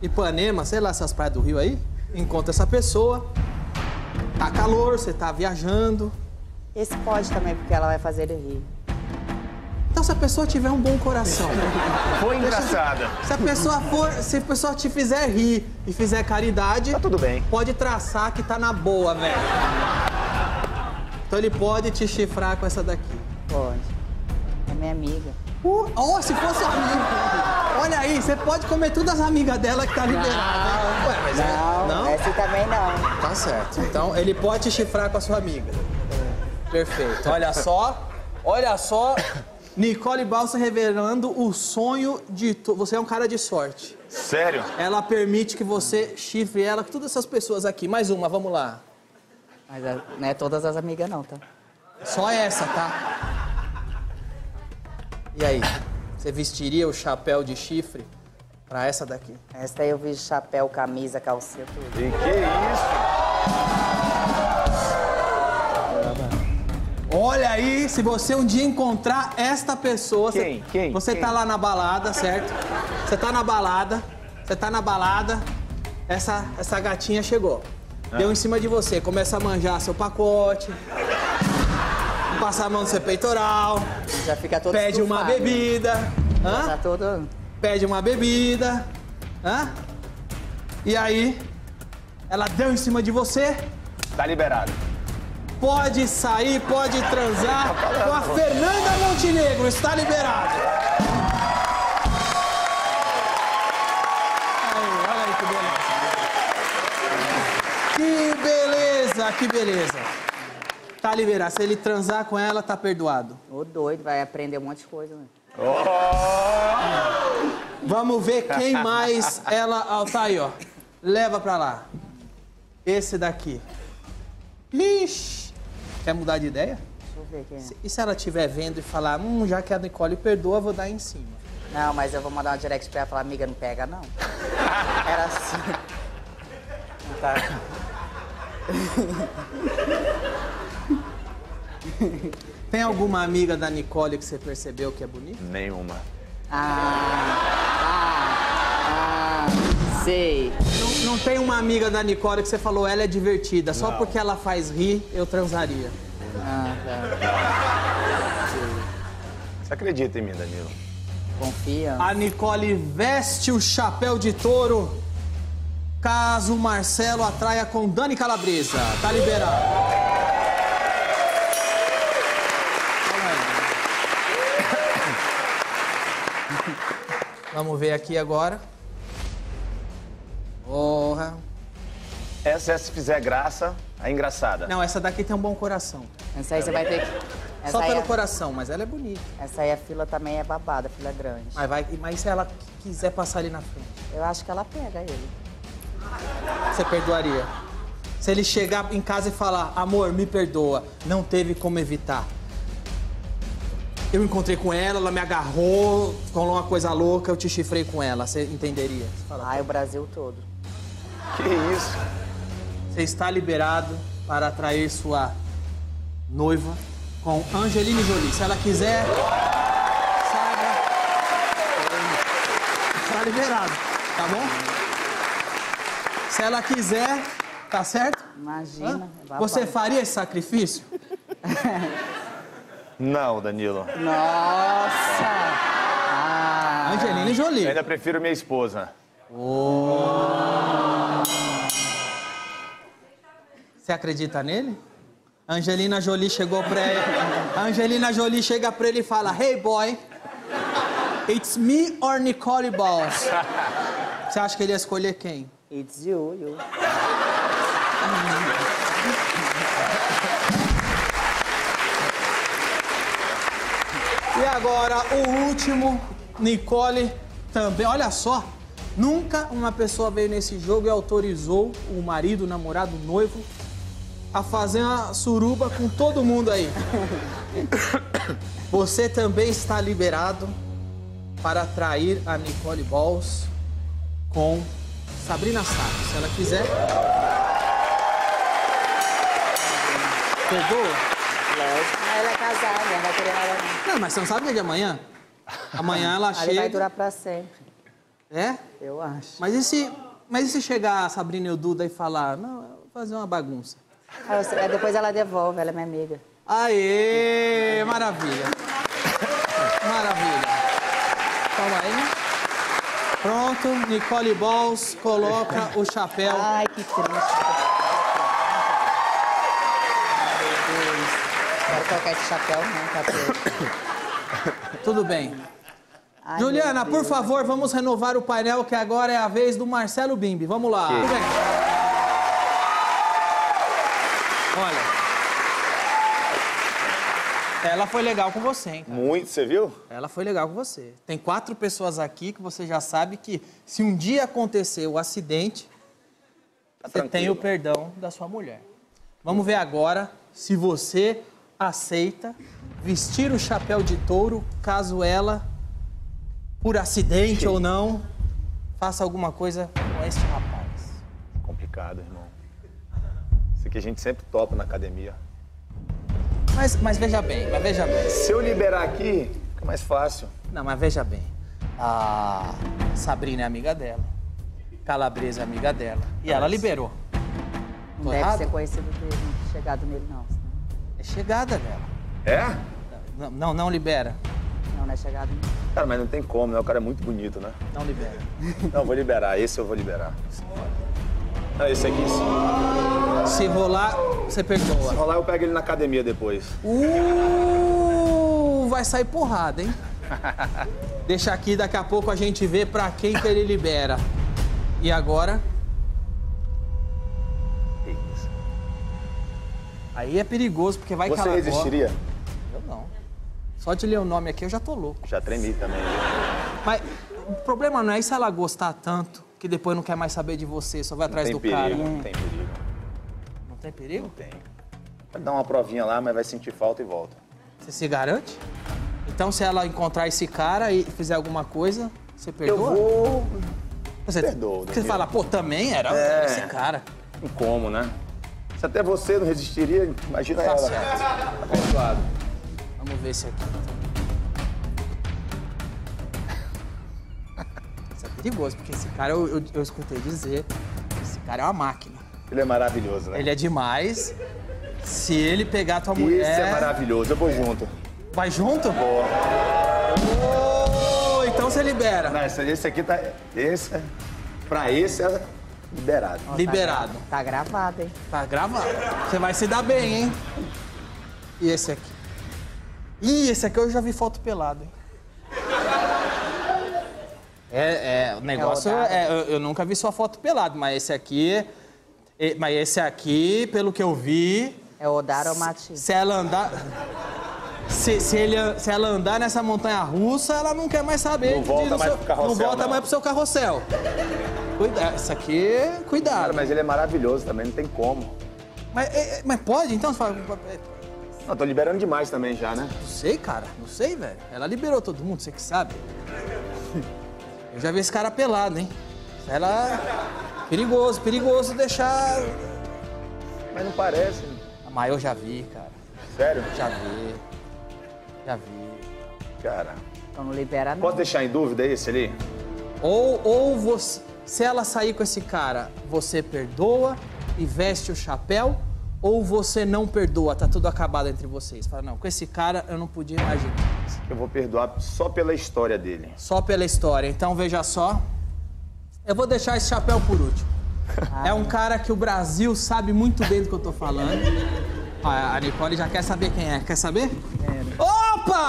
[SPEAKER 1] Ipanema, sei lá, essas praias do Rio aí. Encontra essa pessoa. Tá calor, você tá viajando.
[SPEAKER 12] Esse pode também, porque ela vai fazer ele rir.
[SPEAKER 1] Então, se a pessoa tiver um bom coração.
[SPEAKER 15] Foi
[SPEAKER 1] deixa-
[SPEAKER 15] engraçada.
[SPEAKER 1] Se a pessoa for. Se a pessoa te fizer rir e fizer caridade. Tá tudo bem. Pode traçar que tá na boa, velho. Então ele pode te chifrar com essa daqui. Pode.
[SPEAKER 12] É minha amiga.
[SPEAKER 1] Uh, oh, se fosse amiga. Olha aí, você pode comer todas as amigas dela que tá liberada. Ué, mas é- não,
[SPEAKER 12] é
[SPEAKER 1] não? Essa também não. Tá certo. Então ele pode te chifrar com a sua amiga. Perfeito. Olha só. Olha só. Nicole Balsa revelando o sonho de. To... Você é um cara de sorte.
[SPEAKER 15] Sério?
[SPEAKER 1] Ela permite que você chifre ela com todas essas pessoas aqui. Mais uma, vamos lá. Mas
[SPEAKER 12] ah,
[SPEAKER 1] não é todas as amigas, não, tá? Só essa, tá? E aí? Você vestiria o chapéu de chifre pra essa daqui?
[SPEAKER 12] Essa daí eu vi chapéu, camisa, calcinha, tudo.
[SPEAKER 15] E que
[SPEAKER 1] Olha aí, se você um dia encontrar esta pessoa. Quem? Você, Quem? Você tá lá na balada, certo? Você tá na balada, você tá na balada, essa, essa gatinha chegou. Deu em cima de você, começa a manjar seu pacote, passa a mão no seu peitoral, já fica
[SPEAKER 12] todo
[SPEAKER 1] pede uma
[SPEAKER 12] estufado. né?
[SPEAKER 1] bebida. Hã?
[SPEAKER 12] Tá todo...
[SPEAKER 1] pede uma bebida, hã? E aí, ela deu em cima de você.
[SPEAKER 15] Tá liberado.
[SPEAKER 1] Pode sair, pode
[SPEAKER 15] Tá
[SPEAKER 1] transar com a Fernanda Montenegro, está liberado. Aí, olha aí que beleza. Que beleza, que beleza. Tá liberado. Se ele transar com ela, tá perdoado.
[SPEAKER 12] Ô doido, vai aprender um monte de coisa, né?
[SPEAKER 1] Vamos ver quem mais ela. ó, tá aí, ó. Leva pra lá. Esse daqui. Ixi! Quer mudar de ideia?
[SPEAKER 12] Deixa eu ver quem é.
[SPEAKER 1] E se ela estiver vendo e falar, hum, já que a Nicole perdoa, vou dar em cima.
[SPEAKER 12] Não, mas eu vou mandar um direct pra ela e falar, amiga, não pega, não. Era assim. Não Tá.
[SPEAKER 1] Tem alguma amiga da Nicole que você percebeu que é bonita?
[SPEAKER 15] Nenhuma.
[SPEAKER 1] Sei. Não, não tem uma amiga da Nicole que você falou, ela é divertida, só
[SPEAKER 15] Não.
[SPEAKER 1] porque ela faz rir, eu transaria. Ah,
[SPEAKER 15] Você acredita em mim, Danilo?
[SPEAKER 1] Confia. A Nicole veste o chapéu de touro. Caso Marcelo atraia com Dani Calabresa. Tá liberado. Vamos ver aqui agora. Porra.
[SPEAKER 15] Essa é se fizer graça, é engraçada.
[SPEAKER 1] Não, essa daqui tem um bom coração.
[SPEAKER 12] Essa aí você vai ter que... Essa
[SPEAKER 1] Só
[SPEAKER 12] aí
[SPEAKER 1] pelo
[SPEAKER 12] é-
[SPEAKER 1] coração, mas ela é bonita.
[SPEAKER 12] Essa aí a fila também é babada, a fila é grande.
[SPEAKER 1] Mas, vai, mas se ela quiser passar ali na frente,
[SPEAKER 12] Eu acho que ela pega ele.
[SPEAKER 1] você perdoaria? Se ele chegar em casa e falar, amor, me perdoa, não teve como evitar. Eu encontrei com ela, ela me agarrou, falou uma coisa louca, eu te chifrei com ela. Você entenderia?
[SPEAKER 12] Ai, o Brasil todo.
[SPEAKER 1] Que isso? Você está liberado para atrair sua noiva com Angeline Jolie. Se ela quiser, saiba. Está liberado, tá bom? Se ela quiser, tá certo?
[SPEAKER 12] Imagina. é
[SPEAKER 1] Hã? Você faria esse sacrifício?
[SPEAKER 15] Não, Danilo.
[SPEAKER 12] Nossa!
[SPEAKER 1] Angelina Jolie.
[SPEAKER 15] Eu ainda prefiro minha esposa.
[SPEAKER 1] Você acredita nele? Angelina Jolie chegou pra ele. Angelina Jolie chega pra ele e fala: Hey boy, it's me or Nicole Balls? Você acha que ele ia escolher quem?
[SPEAKER 12] It's you, you.
[SPEAKER 1] E agora, o último, Nicole também. Olha só, nunca uma pessoa veio nesse jogo e autorizou o marido, o namorado, o noivo a fazer uma suruba com todo mundo aí. Você também está liberado para atrair a Nicole Balls com Sabrina Sato, se ela quiser. Pegou?
[SPEAKER 12] Lógico. Ah, ela é casada, não vai querer nada. não.
[SPEAKER 1] Não, mas você não sabe o dia de amanhã? Amanhã ela
[SPEAKER 12] Aí vai
[SPEAKER 1] chega.
[SPEAKER 12] durar pra sempre.
[SPEAKER 1] É?
[SPEAKER 12] Eu acho.
[SPEAKER 1] Mas e se, mas e se chegar a Sabrina e o Duda e falar, não, eu vou fazer uma bagunça?
[SPEAKER 12] Aí eu- aí depois ela devolve, ela é minha amiga.
[SPEAKER 1] Aê, maravilha. Maravilha. Calma aí. Pronto, Nicole Balls coloca o chapéu. Ai,
[SPEAKER 12] que triste. Quero colocar esse chapéu, não, tá
[SPEAKER 1] Tudo bem. Juliana, por favor, vamos renovar o painel que agora é a vez do Marcelo Bimbi. Vamos lá.
[SPEAKER 16] Ok.
[SPEAKER 1] Tudo bem. Olha. Ela foi legal com você, hein?
[SPEAKER 17] Muito, você viu?
[SPEAKER 1] Ela foi legal com você. Tem quatro pessoas aqui que você já sabe que se um dia acontecer o acidente, você tem o perdão da sua mulher. Vamos ver agora se você aceita vestir o chapéu de touro caso ela, por acidente ou não, faça alguma coisa com este rapaz.
[SPEAKER 15] Complicado, irmão. Isso aqui a gente sempre topa na academia.
[SPEAKER 1] Mas, mas veja bem, mas veja bem.
[SPEAKER 15] Se eu liberar aqui, fica mais fácil.
[SPEAKER 1] Não, mas veja bem. A Sabrina é amiga dela. Calabresa é amiga dela. E ela liberou.
[SPEAKER 12] Não
[SPEAKER 1] Tô
[SPEAKER 12] deve
[SPEAKER 1] errado?
[SPEAKER 12] ser conhecido dele, não. chegado nele, não.
[SPEAKER 1] É chegada dela.
[SPEAKER 15] É?
[SPEAKER 1] Não, não, não libera.
[SPEAKER 12] Não, não é chegado nele.
[SPEAKER 15] Cara, mas não tem como, né? O cara é muito bonito, né?
[SPEAKER 1] Não libera.
[SPEAKER 15] Não, vou liberar. Esse eu vou liberar. Não, esse aqui sim.
[SPEAKER 1] Se rolar, você perdoa.
[SPEAKER 15] Se rolar, eu pego ele na academia depois.
[SPEAKER 1] Uh, vai sair porrada, hein? Deixa aqui, daqui a pouco a gente vê pra quem que ele libera. E agora? Aí é perigoso, porque vai
[SPEAKER 15] Você
[SPEAKER 1] calar a boca.
[SPEAKER 15] resistiria?
[SPEAKER 1] Eu não. Só de ler o nome aqui eu já tô louco.
[SPEAKER 15] Já tremi também.
[SPEAKER 1] Mas o problema não é se ela gostar tanto que depois não quer mais saber de você, só vai atrás
[SPEAKER 15] tem
[SPEAKER 1] do
[SPEAKER 15] perigo,
[SPEAKER 1] cara.
[SPEAKER 15] Não tem perigo.
[SPEAKER 1] Não tem perigo?
[SPEAKER 15] Tem. Vai dar uma provinha lá, mas vai sentir falta e volta.
[SPEAKER 1] Você se garante? Então, se ela encontrar esse cara e fizer alguma coisa, você perdoa?
[SPEAKER 15] vou-
[SPEAKER 1] Você,
[SPEAKER 15] Perdoo,
[SPEAKER 1] Você
[SPEAKER 15] Danilo.
[SPEAKER 1] fala, pô, também era
[SPEAKER 15] É.
[SPEAKER 1] esse cara.
[SPEAKER 15] Não como, né? Se até você não resistiria, imagina
[SPEAKER 1] Tá
[SPEAKER 15] ela.
[SPEAKER 1] certo.
[SPEAKER 15] Tá perdoado.
[SPEAKER 1] Vamos ver se aqui. Isso é perigoso, porque esse cara, eu, eu, eu escutei dizer, que esse cara é uma máquina.
[SPEAKER 15] Ele é maravilhoso, né?
[SPEAKER 1] Ele é demais. Se ele pegar a tua mulher...
[SPEAKER 15] Esse é maravilhoso. Eu vou junto.
[SPEAKER 1] Vai junto?
[SPEAKER 15] Boa.
[SPEAKER 1] então você libera.
[SPEAKER 15] Não, esse, esse aqui tá... Esse...
[SPEAKER 12] é,
[SPEAKER 15] Pra esse é liberado.
[SPEAKER 12] Ó, tá
[SPEAKER 1] Liberado.
[SPEAKER 12] gra- Tá gravado, hein?
[SPEAKER 1] Tá gravado. Você vai se dar bem, hein? E esse aqui? Ih, esse aqui eu já vi foto pelado, hein? É, é, o negócio
[SPEAKER 16] rodada.
[SPEAKER 1] é, eu, eu nunca vi sua foto pelado, mas esse aqui, é, mas esse aqui, pelo que eu vi,
[SPEAKER 12] É o Odara ou
[SPEAKER 1] se-
[SPEAKER 12] Mati?
[SPEAKER 1] Se ela andar se, se ele, se ela andar nessa montanha russa, ela não quer mais saber.
[SPEAKER 15] Não
[SPEAKER 1] de-
[SPEAKER 15] volta
[SPEAKER 1] do
[SPEAKER 15] mais pro carrossel,
[SPEAKER 1] Não volta
[SPEAKER 15] não.
[SPEAKER 1] mais pro seu carrossel. Cuidado, essa aqui, cuidado.
[SPEAKER 15] Cara, mas ele é maravilhoso também, não tem como.
[SPEAKER 1] Mas, é, é, mas pode, então? Você fala,
[SPEAKER 15] Não, tô liberando demais também já, né?
[SPEAKER 1] Não sei, cara. Não sei, velho. Ela liberou todo mundo, você que sabe. Eu já vi esse cara pelado, hein? Ela. Perigoso, perigoso deixar.
[SPEAKER 15] Mas não parece.
[SPEAKER 1] Mas eu já vi, cara.
[SPEAKER 15] Sério?
[SPEAKER 1] Já vi. Já vi.
[SPEAKER 15] Cara.
[SPEAKER 12] Então não libera, não.
[SPEAKER 15] Posso deixar em dúvida esse ali?
[SPEAKER 1] Ou, ou você. Se ela sair com esse cara, você perdoa e veste o chapéu, ou você não perdoa, tá tudo acabado entre vocês. Fala, não, com esse cara eu não podia imaginar.
[SPEAKER 15] Eu vou perdoar só pela história dele.
[SPEAKER 1] Só pela história. Então veja só. Eu vou deixar esse chapéu por último.
[SPEAKER 12] Ah.
[SPEAKER 1] É um cara que o Brasil sabe muito bem do que eu tô falando. A a Nicole já quer saber quem é. Quer saber? Opa!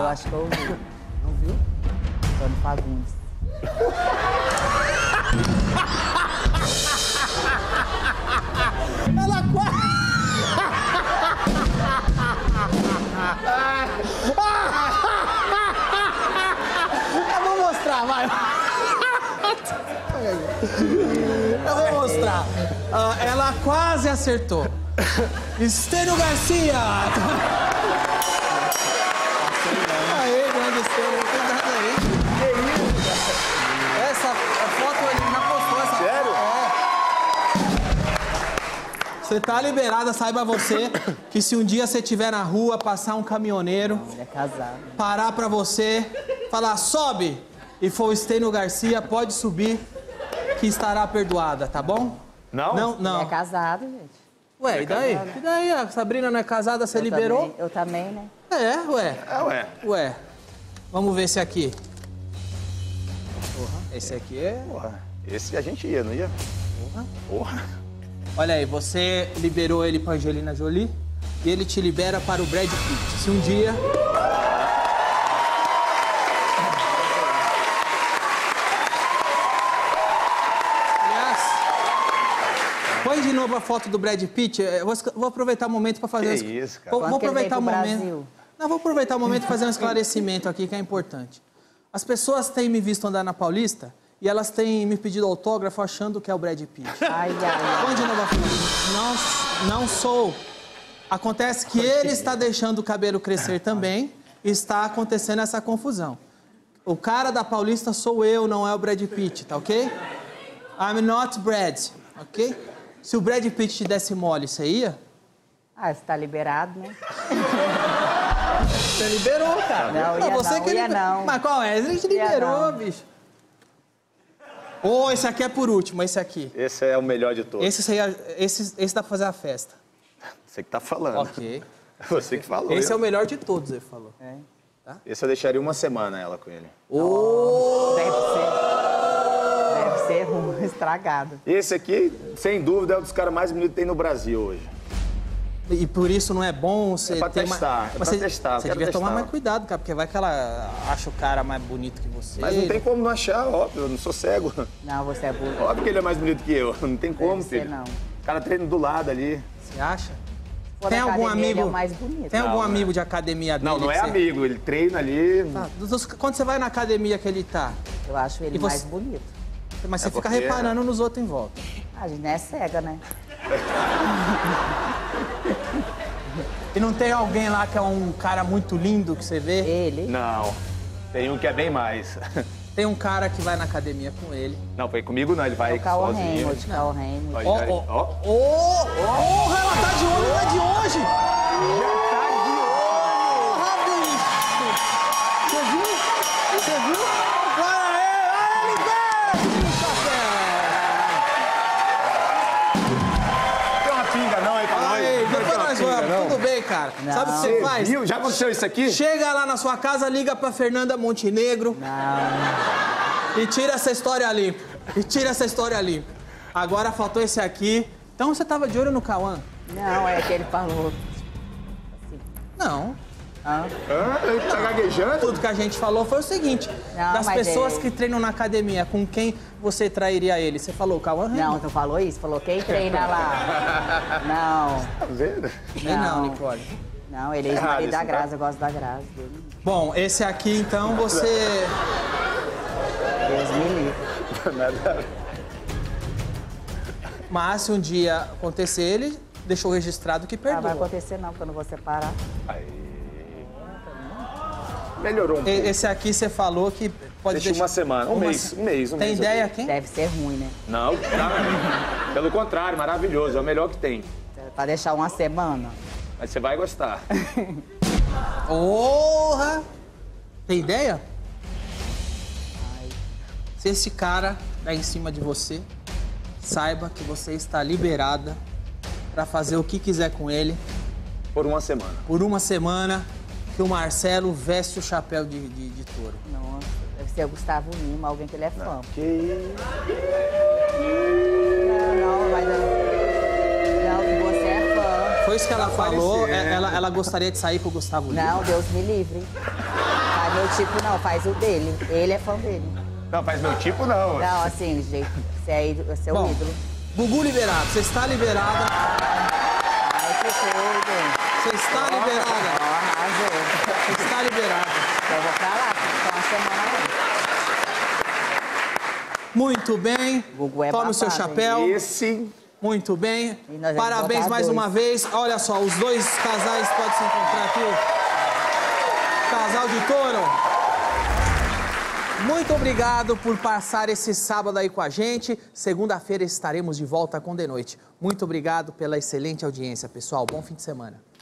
[SPEAKER 12] Eu acho que eu ouvi. Não viu? Antônio Fagundes.
[SPEAKER 1] Ela Eu vou mostrar, vai. Eu vou mostrar. Ah, ela quase acertou. Estênio Garcia! É. Você tá liberada, saiba você que se um dia você estiver na rua, passar um caminhoneiro,
[SPEAKER 12] É
[SPEAKER 1] parar pra você, falar sobe e for o Stênio Garcia, pode subir que estará perdoada, tá bom?
[SPEAKER 12] Não? tá
[SPEAKER 1] Não, não.
[SPEAKER 12] É casado, gente.
[SPEAKER 1] Ué, e daí? E daí? A Sabrina não é casada, você
[SPEAKER 12] Eu
[SPEAKER 1] liberou?
[SPEAKER 12] também- eu também, né?
[SPEAKER 1] É, ué.
[SPEAKER 12] É, ué.
[SPEAKER 1] Ué. Vamos ver esse aqui. Porra, Esse aqui é.
[SPEAKER 15] Porra. Esse a gente ia, não ia?
[SPEAKER 1] Porra.
[SPEAKER 15] Porra.
[SPEAKER 1] Olha aí, você liberou ele pra Angelina Jolie e ele te libera para o Brad Pitt. Se um dia. Aliás, Põe de novo a foto do Brad Pitt. Eh, Vou, esca- vou aproveitar o momento para fazer
[SPEAKER 15] Que
[SPEAKER 1] um esca-
[SPEAKER 15] isso, cara.
[SPEAKER 1] Vou,
[SPEAKER 15] Quando
[SPEAKER 1] vou
[SPEAKER 15] que ele
[SPEAKER 1] aproveitar o
[SPEAKER 15] vem pro
[SPEAKER 1] momento.
[SPEAKER 15] Brasil?
[SPEAKER 1] Não, vou aproveitar o momento e fazer um esclarecimento aqui que é importante. As pessoas têm me visto andar na Paulista e elas têm me pedido autógrafo achando que é o Brad Pitt. Ai, ai, Onde não vai Não, não sou. Acontece que ele está deixando o cabelo crescer também e está acontecendo essa confusão. O cara da Paulista sou eu, não é o Brad Pitt, tá ok? I'm not Brad, ok? Se o Brad Pitt te desse mole, você ia?
[SPEAKER 12] Ah, você tá liberado, né?
[SPEAKER 1] Você liberou, cara.
[SPEAKER 12] Não, ia
[SPEAKER 1] você
[SPEAKER 12] não,
[SPEAKER 1] que
[SPEAKER 12] ia
[SPEAKER 1] liber-
[SPEAKER 12] não.
[SPEAKER 1] Mas qual é? Ele te
[SPEAKER 12] Ia
[SPEAKER 1] liberou,
[SPEAKER 12] não.
[SPEAKER 1] bicho. Ou esse aqui é por último, esse aqui.
[SPEAKER 15] Esse é o melhor de todos.
[SPEAKER 1] Esse, você ia- esse, esse dá pra fazer a festa.
[SPEAKER 15] Você que tá falando.
[SPEAKER 1] Ok.
[SPEAKER 15] Você que falou.
[SPEAKER 1] esse é
[SPEAKER 15] eu-
[SPEAKER 1] o melhor de todos, ele falou.
[SPEAKER 15] É. Esse eu deixaria uma semana ela com ele.
[SPEAKER 12] Deve ser ruim, estragado.
[SPEAKER 15] Esse aqui, sem dúvida, é um dos caras mais bonitos que tem no Brasil hoje.
[SPEAKER 1] E por isso não é bom você.
[SPEAKER 15] É pra
[SPEAKER 1] ter mais-
[SPEAKER 15] testar, é pra
[SPEAKER 1] Mas você,
[SPEAKER 15] testar, eu
[SPEAKER 1] Você
[SPEAKER 15] quero
[SPEAKER 1] devia tomar
[SPEAKER 15] testar.
[SPEAKER 1] mais cuidado, cara, porque vai que ela acha o cara mais bonito que você.
[SPEAKER 15] Mas não tem como não achar, óbvio, eu não sou cego.
[SPEAKER 12] Não, você é burro.
[SPEAKER 15] Óbvio que ele é mais bonito que eu, não tem como,
[SPEAKER 12] ser,
[SPEAKER 15] filho.
[SPEAKER 12] não.
[SPEAKER 15] O cara treina do lado ali.
[SPEAKER 1] Você acha?
[SPEAKER 12] For
[SPEAKER 1] Tem
[SPEAKER 12] na
[SPEAKER 1] algum
[SPEAKER 12] academia,
[SPEAKER 1] amigo.
[SPEAKER 12] ele É o mais bonito.
[SPEAKER 1] Tem um- algum
[SPEAKER 15] Não,
[SPEAKER 1] amigo de academia dele?
[SPEAKER 15] Não, não
[SPEAKER 1] que
[SPEAKER 15] é
[SPEAKER 1] você-
[SPEAKER 15] amigo, ele treina ali.
[SPEAKER 1] Tá, dos- dos- Quando você vai na academia que ele tá?
[SPEAKER 12] Eu acho ele mais bonito.
[SPEAKER 1] Mas você
[SPEAKER 12] É
[SPEAKER 1] fica
[SPEAKER 12] porque-
[SPEAKER 1] reparando nos outros em volta.
[SPEAKER 12] A gente não é cega, né?
[SPEAKER 1] E não tem alguém lá que é um cara muito lindo que você vê?
[SPEAKER 15] É.
[SPEAKER 12] Ele.
[SPEAKER 15] Não. Tem um que é bem mais.
[SPEAKER 1] Tem um cara que vai na academia com ele.
[SPEAKER 15] Não, foi comigo não, ele vai
[SPEAKER 1] Carl
[SPEAKER 15] sozinho.
[SPEAKER 1] Reynolds,
[SPEAKER 12] Carl Reynolds.
[SPEAKER 15] Olha,
[SPEAKER 1] Ó,
[SPEAKER 15] olha,
[SPEAKER 1] ó.
[SPEAKER 15] ó.
[SPEAKER 1] Ô, ô, ela tá de olho, não é de hoje? Já tá de olho. Porra, bicho. Você viu? Você viu? Para aí, olha ele bebe,
[SPEAKER 15] Tem uma pinga não aí pra nós?
[SPEAKER 1] Ei,
[SPEAKER 15] Tem
[SPEAKER 1] depois
[SPEAKER 15] uma
[SPEAKER 1] nós
[SPEAKER 15] pinga,
[SPEAKER 1] vamos,
[SPEAKER 15] não?
[SPEAKER 1] tudo bem, cara.
[SPEAKER 15] Não.
[SPEAKER 1] Sabe o que você
[SPEAKER 15] Você
[SPEAKER 1] faz?
[SPEAKER 15] viu? Já aconteceu isso aqui?
[SPEAKER 1] Chega lá na sua casa, liga pra Fernanda Montenegro. Não. E tira essa história limpa. E tira essa história limpa. Agora faltou esse aqui. Então você tava de olho no Cauã?
[SPEAKER 12] Não, é que ele falou.
[SPEAKER 1] Não.
[SPEAKER 12] Ah.
[SPEAKER 15] Ele tá gaguejando?
[SPEAKER 1] Tudo que a gente falou foi o seguinte:
[SPEAKER 12] Não,
[SPEAKER 1] das
[SPEAKER 12] mas é-
[SPEAKER 1] pessoas
[SPEAKER 12] ele-
[SPEAKER 1] que treinam na academia, com quem você trairia ele? Você falou o Cauã?
[SPEAKER 12] Não, tu falou isso, falou quem treina lá. Não.
[SPEAKER 15] Tá vendo?
[SPEAKER 1] Não, não Nicole.
[SPEAKER 12] Não, ele é
[SPEAKER 1] Errado
[SPEAKER 12] ex-marido da
[SPEAKER 1] isso, tá?
[SPEAKER 12] Graça, eu gosto da Graça dele.
[SPEAKER 1] Bom, esse aqui então você.
[SPEAKER 12] Deus me
[SPEAKER 1] Mas se um dia acontecer, ele deixou registrado que
[SPEAKER 12] Ah, vai
[SPEAKER 1] perdoa.
[SPEAKER 12] acontecer não, porque eu não vou separar.
[SPEAKER 15] Melhorou um
[SPEAKER 1] E-
[SPEAKER 15] pouco.
[SPEAKER 1] Esse aqui você falou que pode
[SPEAKER 15] Deixa uma semana, um mês,
[SPEAKER 1] se-
[SPEAKER 15] um mês, um
[SPEAKER 1] Tem
[SPEAKER 15] mês,
[SPEAKER 1] ideia
[SPEAKER 15] ok.
[SPEAKER 1] aqui?
[SPEAKER 12] Deve ser ruim, né?
[SPEAKER 15] Não, tá. Pelo contrário, maravilhoso, é o melhor que tem.
[SPEAKER 12] Pra deixar uma semana.
[SPEAKER 15] Mas você vai gostar.
[SPEAKER 1] Porra! Tem ideia? Se esse cara tá em cima de você, saiba que você está liberada pra fazer o que quiser com ele
[SPEAKER 15] Por uma semana.
[SPEAKER 1] por uma semana que o Marcelo veste o chapéu de, de, de touro.
[SPEAKER 12] Nossa, deve ser o Gustavo Lima, alguém que ele é fã.
[SPEAKER 15] Que isso?
[SPEAKER 12] Não, não, mas não. Não, você é fã.
[SPEAKER 1] Foi isso que ela falou, é- ela, ela gostaria de sair com o Gustavo Lima.
[SPEAKER 12] Não, Deus me livre. Faz meu tipo não, faz o dele. Ele é fã dele.
[SPEAKER 15] Não, faz meu tipo não.
[SPEAKER 12] Não, assim, gente, você é, ídolo- você é o
[SPEAKER 1] Bom.
[SPEAKER 12] ídolo.
[SPEAKER 1] Gugu liberado, você está liberada. Você está liberada. Você está liberada.
[SPEAKER 12] Eu vou pra lá, ficar uma semana
[SPEAKER 1] Muito bem.
[SPEAKER 12] é
[SPEAKER 1] Toma o seu
[SPEAKER 12] babado,
[SPEAKER 1] chapéu.
[SPEAKER 12] hein?
[SPEAKER 15] Esse.
[SPEAKER 1] Muito bem.
[SPEAKER 12] vamos
[SPEAKER 1] Parabéns
[SPEAKER 12] botar
[SPEAKER 1] mais
[SPEAKER 12] dois.
[SPEAKER 1] uma vez. Olha só, os dois casais podem se encontrar aqui. Casal de touro. Muito obrigado por passar esse sábado aí com a gente. Segunda-feira estaremos de volta com The Noite. Muito obrigado pela excelente audiência, pessoal. Bom fim de semana.